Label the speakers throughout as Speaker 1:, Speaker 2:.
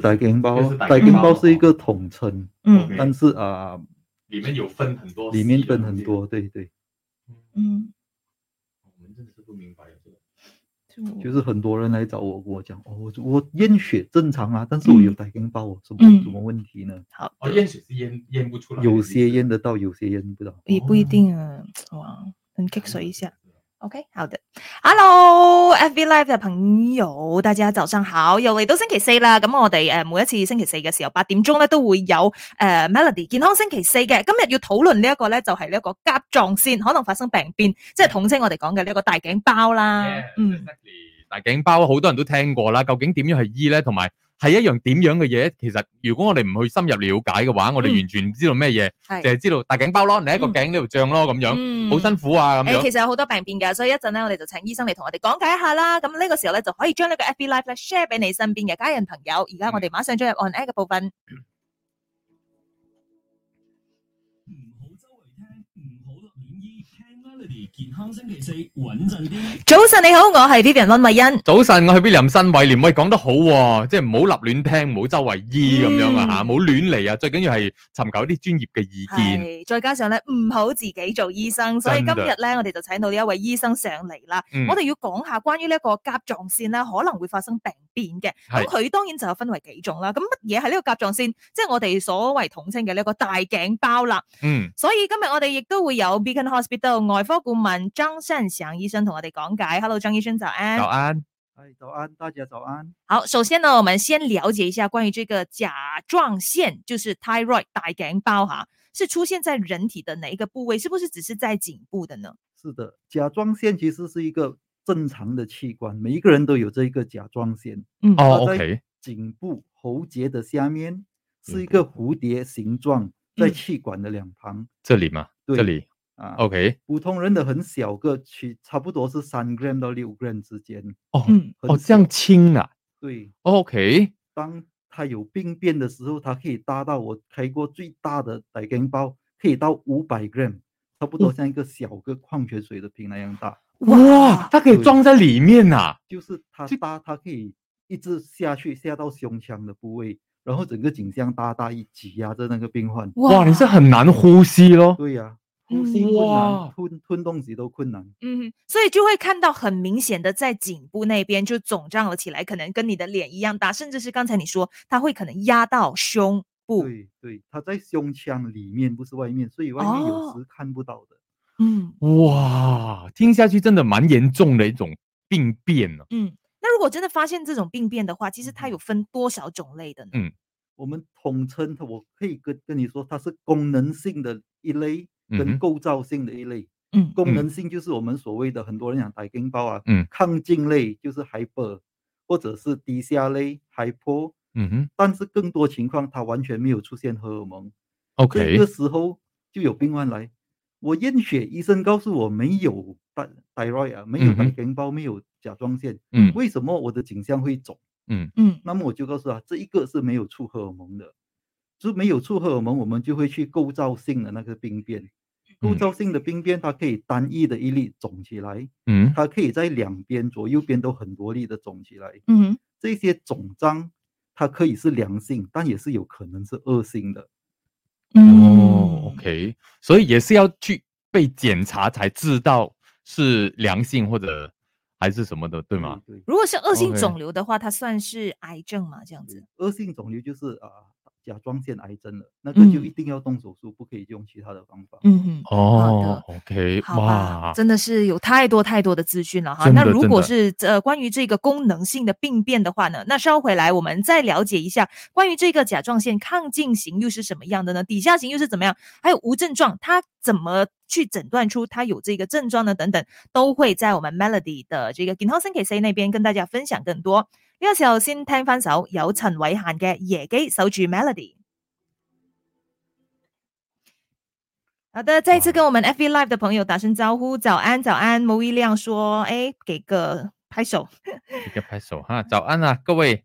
Speaker 1: 打给红包
Speaker 2: 就是
Speaker 1: 哦，
Speaker 2: 打
Speaker 1: 打
Speaker 2: 给
Speaker 1: 给红
Speaker 2: 红包
Speaker 1: 包是一个统称，
Speaker 2: OK
Speaker 3: 嗯
Speaker 1: 但是啊，
Speaker 2: 里面有分很多，
Speaker 1: 里面分很。多，对对，
Speaker 3: 嗯，
Speaker 2: 我们真的是不明白这个。
Speaker 3: 就
Speaker 1: 就是很多人来找我，跟我讲哦，我我验血正常啊，但是我有
Speaker 3: 嗯
Speaker 1: 打给红包哦，什么
Speaker 3: 嗯
Speaker 1: 什么问题呢？
Speaker 3: 好
Speaker 2: 哦，
Speaker 3: 的，
Speaker 2: 验血是验验不
Speaker 4: 嗯
Speaker 2: 出来的，
Speaker 1: 有
Speaker 2: 其
Speaker 1: 些
Speaker 2: 实
Speaker 1: 验得到，有些验不到。
Speaker 3: 也不一
Speaker 2: 哦
Speaker 3: 定啊，哇，很 kick 水一下。。OK，好的，Hello，FB Live 嘅朋友，大家早上好，又嚟到星期四啦。咁我哋誒每一次星期四嘅時候八點鐘咧都會有誒、呃 Melody 健康星期四嘅。今日要討論呢一個咧就係呢一個甲狀腺可能發生病變，即係統稱我哋講嘅呢一個大頸包啦。嗯
Speaker 2: 嗯，
Speaker 4: 大頸包好多人都聽過啦，究竟點樣去醫咧？同埋係一樣點樣嘅嘢？其實如果我哋唔去深入了解嘅話，我哋
Speaker 3: 嗯
Speaker 4: 完全唔知道咩嘢，
Speaker 3: 係
Speaker 4: 就係知道大頸包咯，你喺個
Speaker 3: 嗯
Speaker 4: 頸呢度脹咯咁樣，
Speaker 3: 嗯
Speaker 4: 好辛苦啊咁
Speaker 3: 誒，
Speaker 4: 樣。
Speaker 3: 其實有好多病變嘅，所以一陣咧，我哋就請醫生嚟同我哋講解一下啦。咁呢個時候咧，就可以將呢個 FB Live 咧 share 俾你身邊嘅家人朋友。而家我哋馬上進入 on air 嘅部分。
Speaker 5: 唔好周圍聽，唔好立亂醫，聽 Melody 健康星期四穩陣啲。
Speaker 3: 早晨你好，我係 Vivian 温慧欣。
Speaker 4: 早晨，我去 William 新偉廉，喂，講得好喎，即係唔好立亂聽，唔好周圍醫咁樣啊
Speaker 3: 嗯
Speaker 4: 嚇，唔好亂嚟啊，最緊要係尋求一啲專業嘅意見。
Speaker 3: 系，再加上咧唔好自己做醫生，所以今
Speaker 4: 真㗎
Speaker 3: 日咧我哋就請到呢一位醫生上嚟啦。
Speaker 4: 嗯
Speaker 3: 我哋要講下關於呢一個甲狀腺咧可能會發生病變嘅。
Speaker 4: 係
Speaker 3: 咁佢當然就有分為幾種啦。咁乜嘢係呢個甲狀腺？即係我哋所謂統稱嘅呢一個大頸包啦。
Speaker 4: 嗯。
Speaker 3: 所以今日我哋亦都會有 Beacon Hospital 外科顧問張善祥醫生同我哋講解。Hello，張醫生早安。
Speaker 4: 早安，
Speaker 1: 哎，早安，大家早安。
Speaker 3: 好，首先呢，我们先了解一下关于这个甲状腺，就是 thyroid 大颈包哈，是出现在人体的哪一个部位？是不是只是在颈部的
Speaker 4: 哦
Speaker 3: 呢？
Speaker 1: 是的，甲状腺其实是一个正常的器官，每一个人都有这一个甲状腺。
Speaker 3: 嗯，
Speaker 4: 哦
Speaker 1: 它在
Speaker 4: ，OK，
Speaker 1: 颈部喉结的下面是一
Speaker 4: 嗯
Speaker 1: 个蝴蝶形状，在
Speaker 3: 嗯
Speaker 1: 气管的两旁。
Speaker 4: 这里嘛，
Speaker 1: 对
Speaker 4: 这里
Speaker 1: 啊
Speaker 4: ，OK，
Speaker 1: 普通人的很小个，去差不多是三 gram 到六 gram 之间。
Speaker 4: 哦，
Speaker 3: 嗯
Speaker 1: 很
Speaker 4: 哦，这样
Speaker 1: 小
Speaker 4: 轻啊
Speaker 1: 对，
Speaker 4: ，OK，
Speaker 1: 当它有病变的时候，它可以达到我开过最大的百根包，可以到五百 gram，差不
Speaker 4: 嗯
Speaker 1: 多像一个小个矿泉水的瓶那样大。
Speaker 4: 哇，它可以
Speaker 1: 对
Speaker 4: 装在里面啊，
Speaker 1: 就是它
Speaker 4: 这
Speaker 1: 搭，它可以一直下去，下到胸腔的部位，然后整个颈项大大一挤压着那个病患。
Speaker 4: 哇，你是很难呼吸咯，
Speaker 1: 对呀、
Speaker 3: 嗯
Speaker 1: 呼吸困难，
Speaker 4: 哇
Speaker 1: 吞吞东西都困难。
Speaker 3: 嗯，所以就会看到很明显的在颈部那边就肿胀了起来，可能跟你的脸一样大，甚至是刚才你说它会可能压到胸部。
Speaker 1: 对对，它在胸腔里面，不是外面，所以外面有
Speaker 3: 哦
Speaker 1: 时看不到的。
Speaker 3: 嗯
Speaker 4: 哇，听下去真的蛮严重的一种病变啊。
Speaker 3: 嗯，那如果真的发现这种病变的话，其实它有分多少种类的呢？
Speaker 1: 我们统称它，我可以跟跟你说，它是功能性的一类，
Speaker 4: 嗯
Speaker 1: 跟
Speaker 4: 哼
Speaker 1: 构造性的一类。
Speaker 3: 嗯
Speaker 1: 功
Speaker 4: 嗯
Speaker 1: 能性就是我们所谓的很多人讲打根包啊，
Speaker 4: 嗯
Speaker 1: 抗进类就是 hyper，或者是低下类 hypo，
Speaker 4: 嗯哼
Speaker 1: 但是更多情况它完全没有出现荷尔蒙。这
Speaker 4: ，OK，
Speaker 1: 个时候就有病患来，我验血，医生告诉我没有 thy- thyroid 啊，没有
Speaker 4: 嗯哼
Speaker 1: thy 根包，没有甲状腺，
Speaker 4: 嗯
Speaker 1: 为什么我的颈项会肿？
Speaker 4: 嗯
Speaker 3: 嗯
Speaker 1: 那么我就告诉他，这一个是没有促荷尔蒙的，就没有促荷尔蒙，我们就会去构造性的那个病变。构
Speaker 4: 嗯
Speaker 1: 造性的病变，它可以单一的一粒肿起来，
Speaker 4: 嗯
Speaker 1: 它可以在两边左右边都很多粒的肿起来。
Speaker 3: 嗯
Speaker 1: 这些肿胀，它可以是良性，但也是有可能是恶性的。
Speaker 3: 嗯
Speaker 4: 哦，OK，所以也是要去被检查才知道是良性或者还是什么的，对吗？？
Speaker 1: 对，
Speaker 3: 如果是恶性
Speaker 4: OK
Speaker 3: 肿瘤的话，它算是癌症嘛？这样子。
Speaker 1: 恶性肿瘤就是啊、甲状腺癌症了，那个就
Speaker 3: 嗯
Speaker 1: 一定要动手术，不可以用其他的方法。
Speaker 3: 嗯哼。
Speaker 4: 哦，OK，
Speaker 3: 好吧
Speaker 4: 哇，，
Speaker 3: 真的是有太多太多的资讯了哈。
Speaker 4: 真
Speaker 3: 那
Speaker 4: 的
Speaker 3: 如
Speaker 4: 真
Speaker 3: 果
Speaker 4: 的
Speaker 3: 是呃关于这个功能性的病变的话呢，那稍回来我们再了解一下关于这个甲状腺亢进型又是什么样的呢？底下型又是怎么样？还有无症状，它怎么去诊断出它有这个症状呢？等等，都会在我们 Melody 的这个健康星期四那边跟大家分享更多。呢、個个时候先听翻首有陈伟娴嘅《夜机守住 Melody》。好的，再一次
Speaker 4: 哇
Speaker 3: 跟我们 FV Live 的朋友打声招呼，早安，早安。某一亮说，哎，给个拍手。
Speaker 4: 一个拍手哈，早安啊，各位，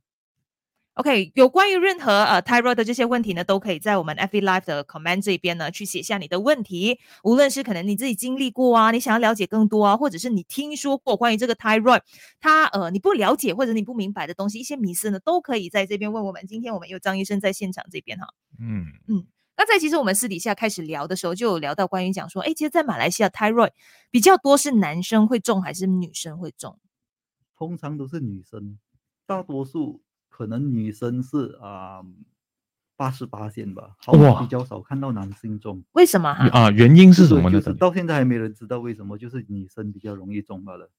Speaker 3: OK，有关于任何呃 thyroid 的这些问题呢，都可以在我们 FV Live 的 comment 这边呢去写下你的问题，无论是可能你自己经历过啊，你想要了解更多啊，或者是你听说过关于这个 thyroid 它呃你不了解或者你不明白的东西，一些迷思呢，都可以在这边问我们。今天我们有张医生在现场这边哈。
Speaker 4: 嗯，
Speaker 3: 刚才其实我们私底下开始聊的时候，就有聊到关于讲说，哎，其实，在马来西亚 thyroid 比较多是男生会中还是女生会中？
Speaker 1: 通常都是女生，大多数可能女生是啊八十八线吧，好
Speaker 4: 哇
Speaker 1: 比较少看到男性中。
Speaker 3: 为什么哈？
Speaker 4: 啊，原因是
Speaker 1: 这
Speaker 4: 什
Speaker 1: 个
Speaker 4: 么呢
Speaker 1: 就是到现在还没人知道为什么，就是女生比较容易中罢了。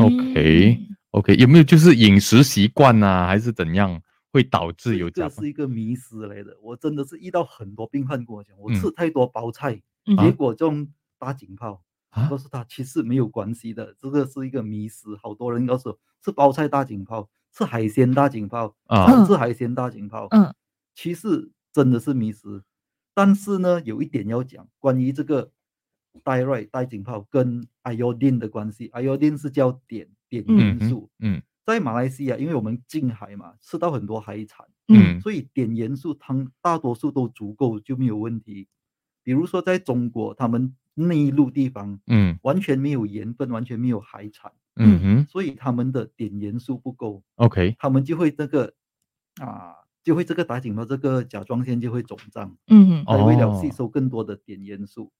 Speaker 4: OK
Speaker 3: 嗯
Speaker 4: ？OK，有没有就是饮食习惯呐，还是怎样会导致有甲
Speaker 1: 这
Speaker 4: 状
Speaker 1: 是一个迷思来的。我真的是遇到很多病患跟我讲，我
Speaker 4: 嗯
Speaker 1: 吃太多包菜，
Speaker 3: 嗯
Speaker 1: 结果中打警泡。
Speaker 4: 啊
Speaker 1: 我告诉他其实没有关系的，这个是一个迷思。好多人告诉我吃包菜大警泡，吃海鲜大警泡，
Speaker 4: 啊？
Speaker 3: 嗯
Speaker 1: 少吃海鲜大警泡。
Speaker 3: 嗯，
Speaker 1: 其实真的是迷失。但是呢，有一点要讲，关于这个 d 瑞带警泡跟 iodine 的关系，iodine 是叫碘碘
Speaker 4: 嗯
Speaker 1: 元素。
Speaker 4: 嗯
Speaker 1: 在马来西亚，因为我们近海嘛，吃到很多海产，
Speaker 4: 嗯
Speaker 1: 所以碘元素它大多数都足够，就没有问题。比如说在中国，他们内陆地方
Speaker 4: 嗯
Speaker 1: 完全没有盐分，完全没有海产，
Speaker 4: 嗯哼
Speaker 1: 所以他们的碘元素不够，
Speaker 4: ，OK，
Speaker 1: 他们就会这个啊，就会这个打井泡，这个甲状腺就会肿胀。
Speaker 3: 嗯
Speaker 4: 哦
Speaker 1: 来为了吸收更多的碘元素。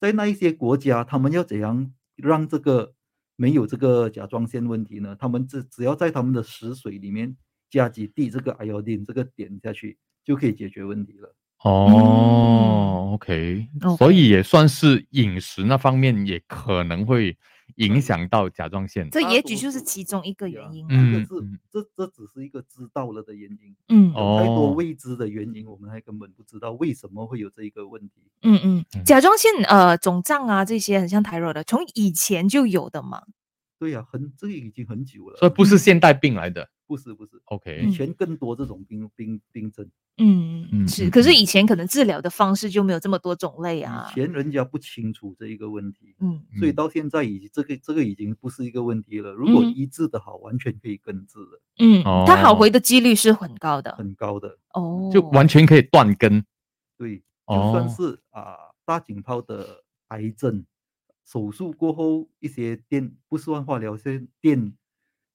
Speaker 1: 在那一些国家，他们要怎样让这个没有这个甲状腺问题呢？他们只只要在他们的食水里面加几滴这个 iodine 这个碘下去，就可以解决问题了。
Speaker 4: 哦，OK，
Speaker 3: OK
Speaker 4: 所以也算是饮食那方面也可能会影响到甲状腺。
Speaker 3: 这
Speaker 1: 大
Speaker 3: 也
Speaker 1: 多
Speaker 3: 许就
Speaker 1: 数
Speaker 3: 是其中一个
Speaker 1: 对啊
Speaker 3: 原因
Speaker 1: 这
Speaker 3: 啦。
Speaker 1: 个
Speaker 4: 嗯
Speaker 1: 是
Speaker 4: 嗯
Speaker 1: 这这只是一个知道了的原因，
Speaker 3: 嗯
Speaker 4: 哦
Speaker 1: 有太多
Speaker 4: 哦
Speaker 1: 未知的原因，我们还根本不知道为什么会有这一个问题。
Speaker 3: 嗯嗯
Speaker 4: 嗯
Speaker 3: 嗯，甲状腺呃肿胀啊这些很像 thyroid 的，从以前就有的嘛。
Speaker 1: 对呀、很这个已经很久了，
Speaker 4: 所以不是现代嗯病来的。
Speaker 1: 不是不是，
Speaker 4: OK，
Speaker 1: 以前更多这种病病病症。
Speaker 3: 嗯
Speaker 4: 嗯
Speaker 3: 是。
Speaker 4: 嗯
Speaker 3: 可是
Speaker 4: 嗯
Speaker 3: 以前可能治疗的方式就没有这么多种类啊
Speaker 1: 以。前人家不清楚这一个问题，
Speaker 3: 嗯
Speaker 1: 所以
Speaker 4: 嗯
Speaker 1: 到现在已这个这个已经不是一个问题了。如果
Speaker 3: 嗯哼
Speaker 1: 医治的好，完全可以根治的，
Speaker 3: 嗯，它好回
Speaker 4: 哦
Speaker 3: 的几率是很高的。
Speaker 1: 很高的。
Speaker 3: 哦，
Speaker 4: 就完全可以断根。
Speaker 1: 对，就算
Speaker 4: 哦，
Speaker 1: 是啊、大颈泡的癌症手术过后，一些电不算化疗，些电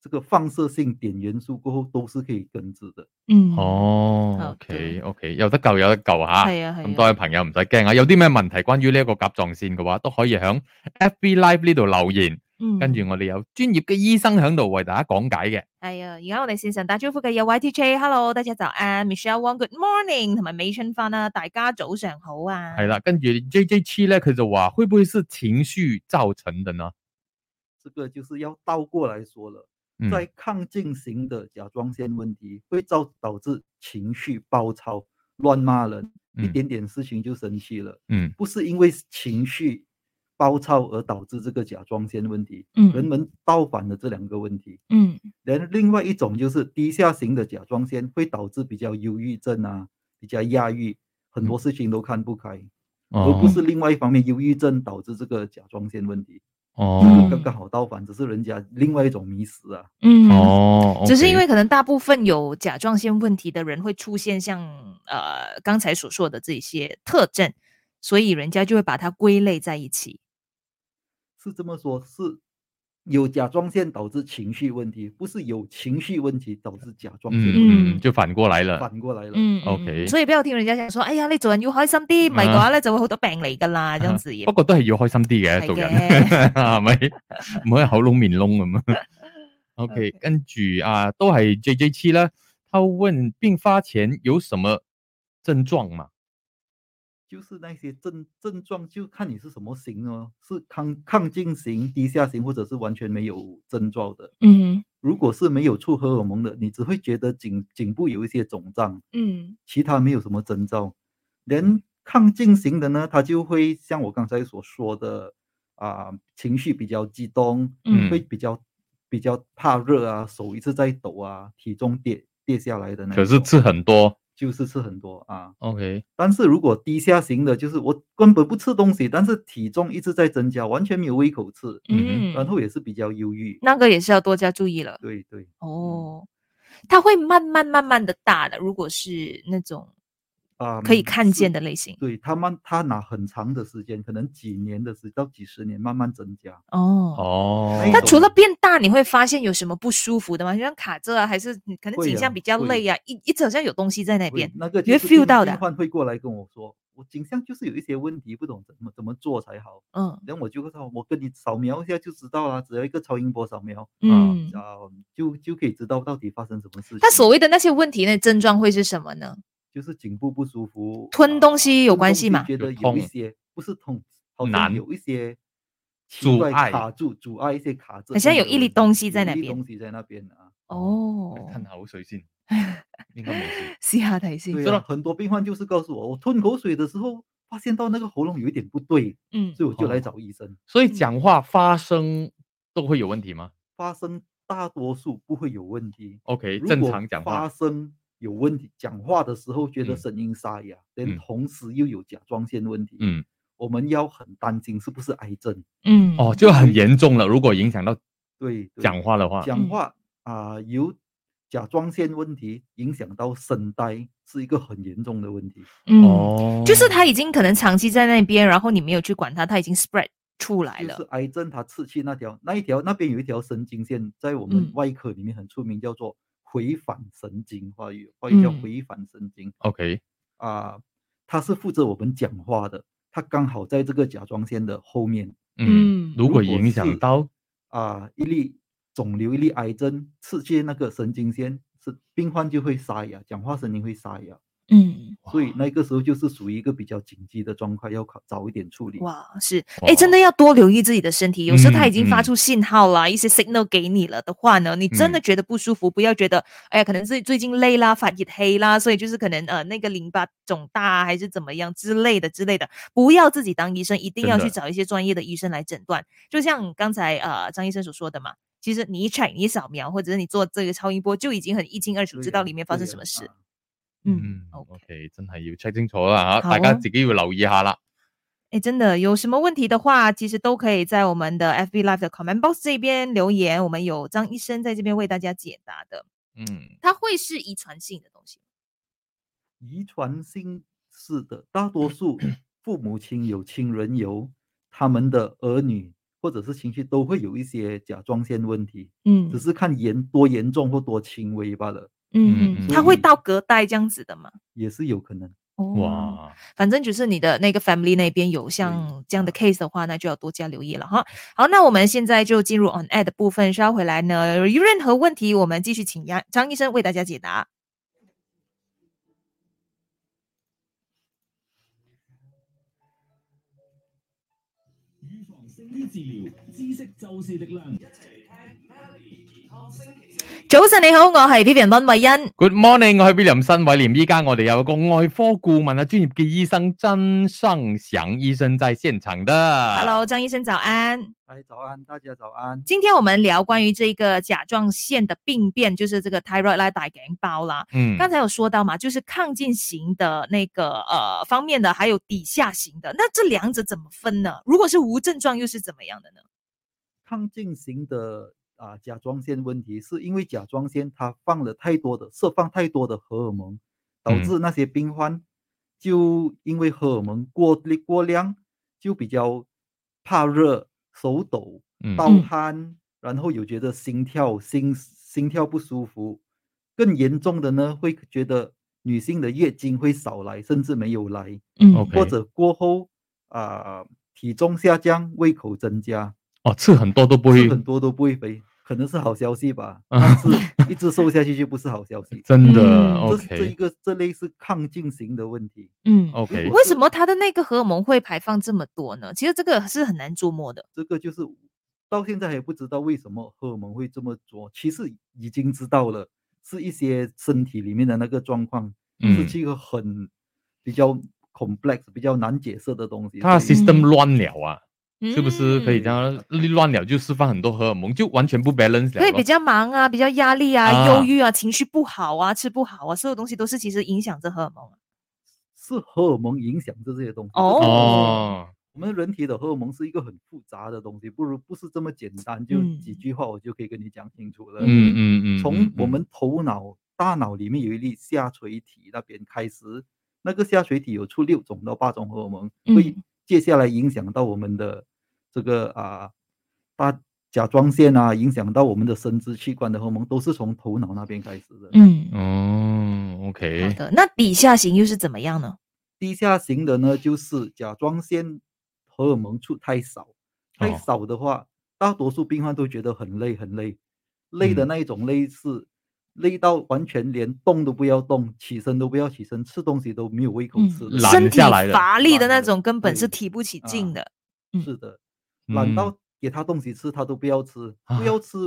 Speaker 1: 这个放射性碘元素过后都是可以根治的。
Speaker 3: 嗯
Speaker 4: 哦，OK OK，有得救有得救吓。
Speaker 3: 系啊系
Speaker 4: 咁多位朋友唔使驚啊，有啲咩問題關於呢一個甲狀腺嘅話，都可以響 FB Live 呢度留言，
Speaker 3: 嗯
Speaker 4: 跟住我哋有專業嘅醫生響度為大家講解嘅。
Speaker 3: 系啊，而家我哋线上打招呼嘅有 YTJ，Hello，大家早安，Michelle Wong，Good morning，同埋美春芬啊，大家早上好啊。
Speaker 4: 係啦，跟住 J J Chi 咧，佢就話會唔會是情緒造成的呢？
Speaker 1: 这个就是要倒过来说了，
Speaker 4: 嗯
Speaker 1: 在亢进型的甲状腺问题会造导致情绪暴躁、乱骂人，一
Speaker 4: 嗯
Speaker 1: 点点事情就生气了。
Speaker 4: 嗯
Speaker 1: 不是因为情绪暴躁而导致这个甲状腺问题，人
Speaker 3: 嗯
Speaker 1: 们倒反了这两个问题。
Speaker 3: 嗯
Speaker 1: 然后另外一种就是低下型的甲状腺会导致比较忧郁症啊，比较压抑，很多事情都看不开，而不
Speaker 4: 哦
Speaker 1: 是另外一方面忧郁症导致这个甲状腺问题，这个
Speaker 4: 哦
Speaker 1: 刚刚好倒反，只是人家另外一种迷失啊。
Speaker 3: 嗯
Speaker 4: 哦，
Speaker 3: 只是因
Speaker 4: OK
Speaker 3: 为可能大部分有甲状腺问题的人会出现像呃刚才所说的这些特征，所以人家就会把它归类在一起。
Speaker 1: 是这么说，是有甲状腺导致情绪问题，不是有情绪问题导致甲状腺问题，
Speaker 4: 嗯嗯就反過來了。
Speaker 1: 反过来了。
Speaker 3: 嗯
Speaker 4: OK 啊
Speaker 3: 所以不要听人家讲说，哎呀，你做人要开心啲，唔系嘅话咧就會好多病嚟噶啦， 这樣子嘢
Speaker 4: 嗯不。過都係要開心啲嘅，
Speaker 3: 係
Speaker 4: 做人
Speaker 3: 嘅
Speaker 4: 係咪？唔可以口窿面窿咁 啊。OK，
Speaker 3: OK
Speaker 4: 跟住啊，都係 J J 七啦。他問病發前有什麼症狀嘛？
Speaker 1: 就是那些症症状，就看你是什么型哦，是亢亢进型、低下型，或者是完全没有症状的。
Speaker 3: 嗯
Speaker 1: 如果是没有促荷尔蒙的，你只会觉得颈颈部有一些肿胀，
Speaker 3: 嗯
Speaker 1: 其他没有什么征兆。连亢进型的呢，他就会像我刚才所说的啊、情绪比较激动，
Speaker 4: 嗯
Speaker 1: 会比较比较怕热啊，手一直在抖啊，体重跌跌下来的那一
Speaker 4: 可
Speaker 1: 种。
Speaker 4: 是吃很多。
Speaker 1: 就是吃很多啊，
Speaker 4: OK，
Speaker 1: 但是如果低下型的，就是我根本不吃东西，但是体重一直在增加，完全没有胃口吃，
Speaker 4: 嗯
Speaker 1: 然后也是比较忧郁。
Speaker 3: 那个也是要多加注意了。
Speaker 1: 对对，
Speaker 3: 哦，它会慢慢慢慢的大的。如果是那种
Speaker 1: 啊，
Speaker 4: 嗯
Speaker 3: 可以看见
Speaker 1: 的。
Speaker 3: 的类型，
Speaker 1: 对他们，他拿很长的时间，可能几年的时到几十年，慢慢增加。
Speaker 3: 哦。
Speaker 4: 哦
Speaker 1: 哎，
Speaker 3: 它除了变大，你会发现有什么不舒服的吗？就像卡着啊，还是你可能
Speaker 1: 会
Speaker 3: 颈
Speaker 1: 啊
Speaker 3: 项比较
Speaker 1: 会
Speaker 3: 累啊，一一直好像有东西在那
Speaker 1: 会
Speaker 3: 边。
Speaker 1: 那个
Speaker 3: 你会
Speaker 1: 就是
Speaker 3: feel
Speaker 1: 病
Speaker 3: 到的
Speaker 1: 病患会过来跟我说，我颈项就是有一些问题，不懂怎么怎么做才好。
Speaker 3: 嗯
Speaker 1: 然后我就会说，我跟你扫描一下就知道啦，只要一个超音波扫描，
Speaker 3: 嗯。
Speaker 1: 啊，就就可以知道到底发生什么事情。
Speaker 3: 他所谓的那些问题，那症状会是什么呢？
Speaker 1: 就是颈部不舒服，
Speaker 3: 吞
Speaker 1: 啊
Speaker 3: 东西有
Speaker 1: 吞
Speaker 3: 关
Speaker 1: 东
Speaker 3: 系
Speaker 1: 西
Speaker 3: 嘛
Speaker 1: 觉
Speaker 4: 有
Speaker 1: 得有一
Speaker 4: 痛
Speaker 1: 些不是痛，好
Speaker 4: 难
Speaker 1: 像有一些奇
Speaker 4: 阻
Speaker 1: 怪
Speaker 4: 碍
Speaker 1: 卡住、阻碍一些卡住。
Speaker 3: 好像有一粒东西在那
Speaker 1: 有一粒
Speaker 3: 边
Speaker 1: 东西在那边啊。
Speaker 3: 哦，
Speaker 4: 看口水先，应该冇事。
Speaker 3: 试下睇先。
Speaker 1: 对
Speaker 4: 真
Speaker 1: 啊
Speaker 4: 的，
Speaker 1: 很多病患就是告诉我，我吞口水的时候发现到那个喉咙有一点不对，
Speaker 3: 嗯，
Speaker 1: 所以我就来
Speaker 4: 哦
Speaker 1: 找医生。
Speaker 4: 所以讲话发声都会有问题吗
Speaker 1: 发生大多数不会有问题，
Speaker 4: ？OK，
Speaker 1: 如
Speaker 4: 正
Speaker 1: 果
Speaker 4: 常讲
Speaker 1: 发
Speaker 4: 话。
Speaker 1: 生有问题，讲话的时候觉得
Speaker 4: 嗯
Speaker 1: 声音沙哑，
Speaker 4: 嗯
Speaker 1: 连同时又有甲状腺问题，
Speaker 4: 嗯，
Speaker 1: 我们要很担心是不是癌症。
Speaker 3: 嗯，
Speaker 4: 哦，就很严重了。如果影响到
Speaker 1: 对，对
Speaker 4: 讲话的话，
Speaker 1: 讲
Speaker 3: 嗯
Speaker 1: 话啊、由甲状腺问题影响到声带，是一个很严重的问题。
Speaker 3: 嗯，
Speaker 4: 哦，
Speaker 3: 就是他已经可能长期在那边，然后你没有去管他，他已经 spread 出来
Speaker 1: 就是
Speaker 3: 了。
Speaker 1: 癌症它刺激那条那一条那边有一条神经线，在我们
Speaker 3: 嗯
Speaker 1: 外科里面很出名，叫做回返神经，华语华语叫
Speaker 3: 嗯
Speaker 1: 回返神经
Speaker 4: OK，
Speaker 1: 啊、它是负责我们讲话的，它刚好在这个甲状腺的后面
Speaker 4: 嗯，
Speaker 3: 嗯
Speaker 4: 如果
Speaker 1: 如果
Speaker 4: 影响
Speaker 1: 是
Speaker 4: 到
Speaker 1: 啊、一粒肿瘤一粒癌症刺激那个神经线，是病患就会沙哑，讲话声音会沙哑，
Speaker 3: 嗯，
Speaker 1: 所以那个时候就是属于一个比较紧急的状况，要考早一点处理。
Speaker 3: 哇，是，
Speaker 4: 哇
Speaker 3: 哎，真的要多留意自己的身体。有时候他已经
Speaker 4: 嗯
Speaker 3: 发
Speaker 4: 嗯
Speaker 3: 出信号啦，一些 signal 给你了的话呢，你真的觉得不舒服，不要觉得，哎呀，可能是最近累啦，发热黑啦，所以就是可能呃那个淋巴肿大啊还是怎么样之类的之类的，不要自己当医生，一定
Speaker 4: 真
Speaker 3: 要
Speaker 4: 的
Speaker 3: 去找一些专业的医生来诊断。就像刚才呃张医生所说的嘛。其实你一 check，你一扫描，或者是你做这个超音波，就已经很一清二楚，
Speaker 1: 对
Speaker 3: 知道
Speaker 1: 呀
Speaker 3: 里面发
Speaker 1: 对
Speaker 3: 生
Speaker 1: 呀
Speaker 3: 什么事
Speaker 1: 啊。
Speaker 3: 嗯，OK。
Speaker 4: ，OK，真系要 check 清楚啦吓，
Speaker 3: 好
Speaker 4: 大家
Speaker 3: 啊
Speaker 4: 自己要留意下啦。
Speaker 3: 哎，真的有什么问题的话，其实都可以在我们的 FB Live 的 comment box 这边留言，我们有张医生在这边为大家解答的。
Speaker 4: 嗯，
Speaker 3: 它会是遗传性的东西，
Speaker 1: 遗传性是的，大多数父母亲有亲人有，他们的儿女或者是亲戚都会有一些甲状腺问题，
Speaker 3: 嗯
Speaker 1: 只是看严多严重或多轻微罢了，
Speaker 4: 嗯嗯
Speaker 3: 它会
Speaker 1: 嗯
Speaker 3: 到隔代这样子的嘛？
Speaker 1: 也是有可能。
Speaker 3: 哦，
Speaker 4: 哇，
Speaker 3: 反正就是你的那个 family 那边有像这样的 case 的话，那就要多加留意了哈。好，那我们现在就进入 on air 的部分，稍回来呢，有任何问题我们继续请杨张医生为大家解答。
Speaker 5: 預防勝於治療，知識就是力量。一齊聽 Melody 健康星期四。
Speaker 3: 早晨你好，我係 Vivian 温慧欣。
Speaker 4: Good morning，我系 William 新伟廉，依家我哋有個外科顧問啊，專業嘅醫生曾尚祥醫生在現場的。
Speaker 3: Hello，张医生早安。
Speaker 1: 哎，早安，大家早安。
Speaker 3: 今天我们聊关于这个甲状腺的病变，就是这个 thyroid 啦、大颈包啦。
Speaker 4: 嗯，
Speaker 3: 刚才有说到嘛，就是亢进型的那个呃方面的，还有底下型的，那这两者怎么分呢？如果是无症状，又是怎么样的呢？
Speaker 1: 亢进型的啊甲状腺问题，是因为甲状腺它放了太多的释放太多的荷尔蒙，导
Speaker 4: 嗯
Speaker 1: 致那些病患就因为荷尔蒙过力过量，就比较怕热、手抖、
Speaker 4: 嗯
Speaker 1: 盗
Speaker 3: 嗯
Speaker 1: 汗，然后有觉得心跳心心跳不舒服，更严重的呢会觉得女性的月经会少来，甚至没有来，
Speaker 3: 嗯
Speaker 4: OK
Speaker 1: 或者过后啊、体重下降，胃口增加。
Speaker 4: 哦，吃很多都不啊
Speaker 1: 吃
Speaker 4: 會，
Speaker 1: 很多都不会肥，可能是好消息吧，但是一直瘦下去就不是好消 息。
Speaker 4: 真的、
Speaker 3: 嗯
Speaker 1: 这是这一
Speaker 4: OK
Speaker 1: 个这类是亢进型的问题，
Speaker 3: 嗯，
Speaker 4: OK，
Speaker 1: 如果
Speaker 3: 为什么他的那个荷尔蒙会排放这么多呢？其实这个是很难捉摸的。
Speaker 1: 这个就是到现在也不知道为什么荷尔蒙会这么做，其实已经知道了，是一些身体里面的那个状况，
Speaker 4: 嗯
Speaker 1: 是一个很比较 complex、比较难解释的东西。
Speaker 4: 嗯他
Speaker 1: 所以
Speaker 4: system 亂了啊，是不是可以
Speaker 3: 嗯
Speaker 4: 這樣亂了就釋放很多荷爾蒙，就完全不 balance 了咯。
Speaker 3: 对，比较忙啊，比较压力啊，
Speaker 4: 啊
Speaker 3: 忧郁啊，情绪不好啊，吃不好啊，所有东西都是其实影响着荷尔蒙啊。
Speaker 1: 是荷尔蒙影响这些东西。
Speaker 3: 哦
Speaker 4: 哦，
Speaker 1: 我们人体的荷尔蒙是一个很复杂的东西，不如不是这么简单，就
Speaker 3: 嗯
Speaker 1: 几句话我就可以跟你讲清楚了。
Speaker 4: 嗯嗯嗯，
Speaker 1: 从我
Speaker 4: 嗯
Speaker 1: 们头脑、大脑里面有一粒下垂体那边开始，那个下垂体有出六种到八种荷尔蒙，会
Speaker 3: 嗯
Speaker 1: 接下来影响到我们的这个啊大甲状腺啊，影响到我们的生殖器官的荷尔蒙，都是从头脑那边开始的。
Speaker 3: 嗯，
Speaker 4: 哦，OK，
Speaker 3: 好的。那底下型又是怎么样呢？
Speaker 1: 低下型的呢，就是甲状腺荷尔蒙出太少，太
Speaker 4: 哦
Speaker 1: 少的话，大多数病患都觉得很累很累，累的
Speaker 4: 嗯
Speaker 1: 那一种累是、累到完全连动都不要动，起身都不要起身，吃东西都没有胃口
Speaker 3: 嗯
Speaker 1: 吃的。
Speaker 4: 懒
Speaker 3: 身体
Speaker 4: 下来了
Speaker 3: 乏力的
Speaker 1: 懒
Speaker 3: 嗯那
Speaker 1: 了
Speaker 3: 种，根本是
Speaker 1: 对
Speaker 3: 提不起劲
Speaker 1: 啊
Speaker 3: 的。
Speaker 1: 是的，懒到给他东西吃他都不要吃，
Speaker 4: 嗯啊
Speaker 1: 不要吃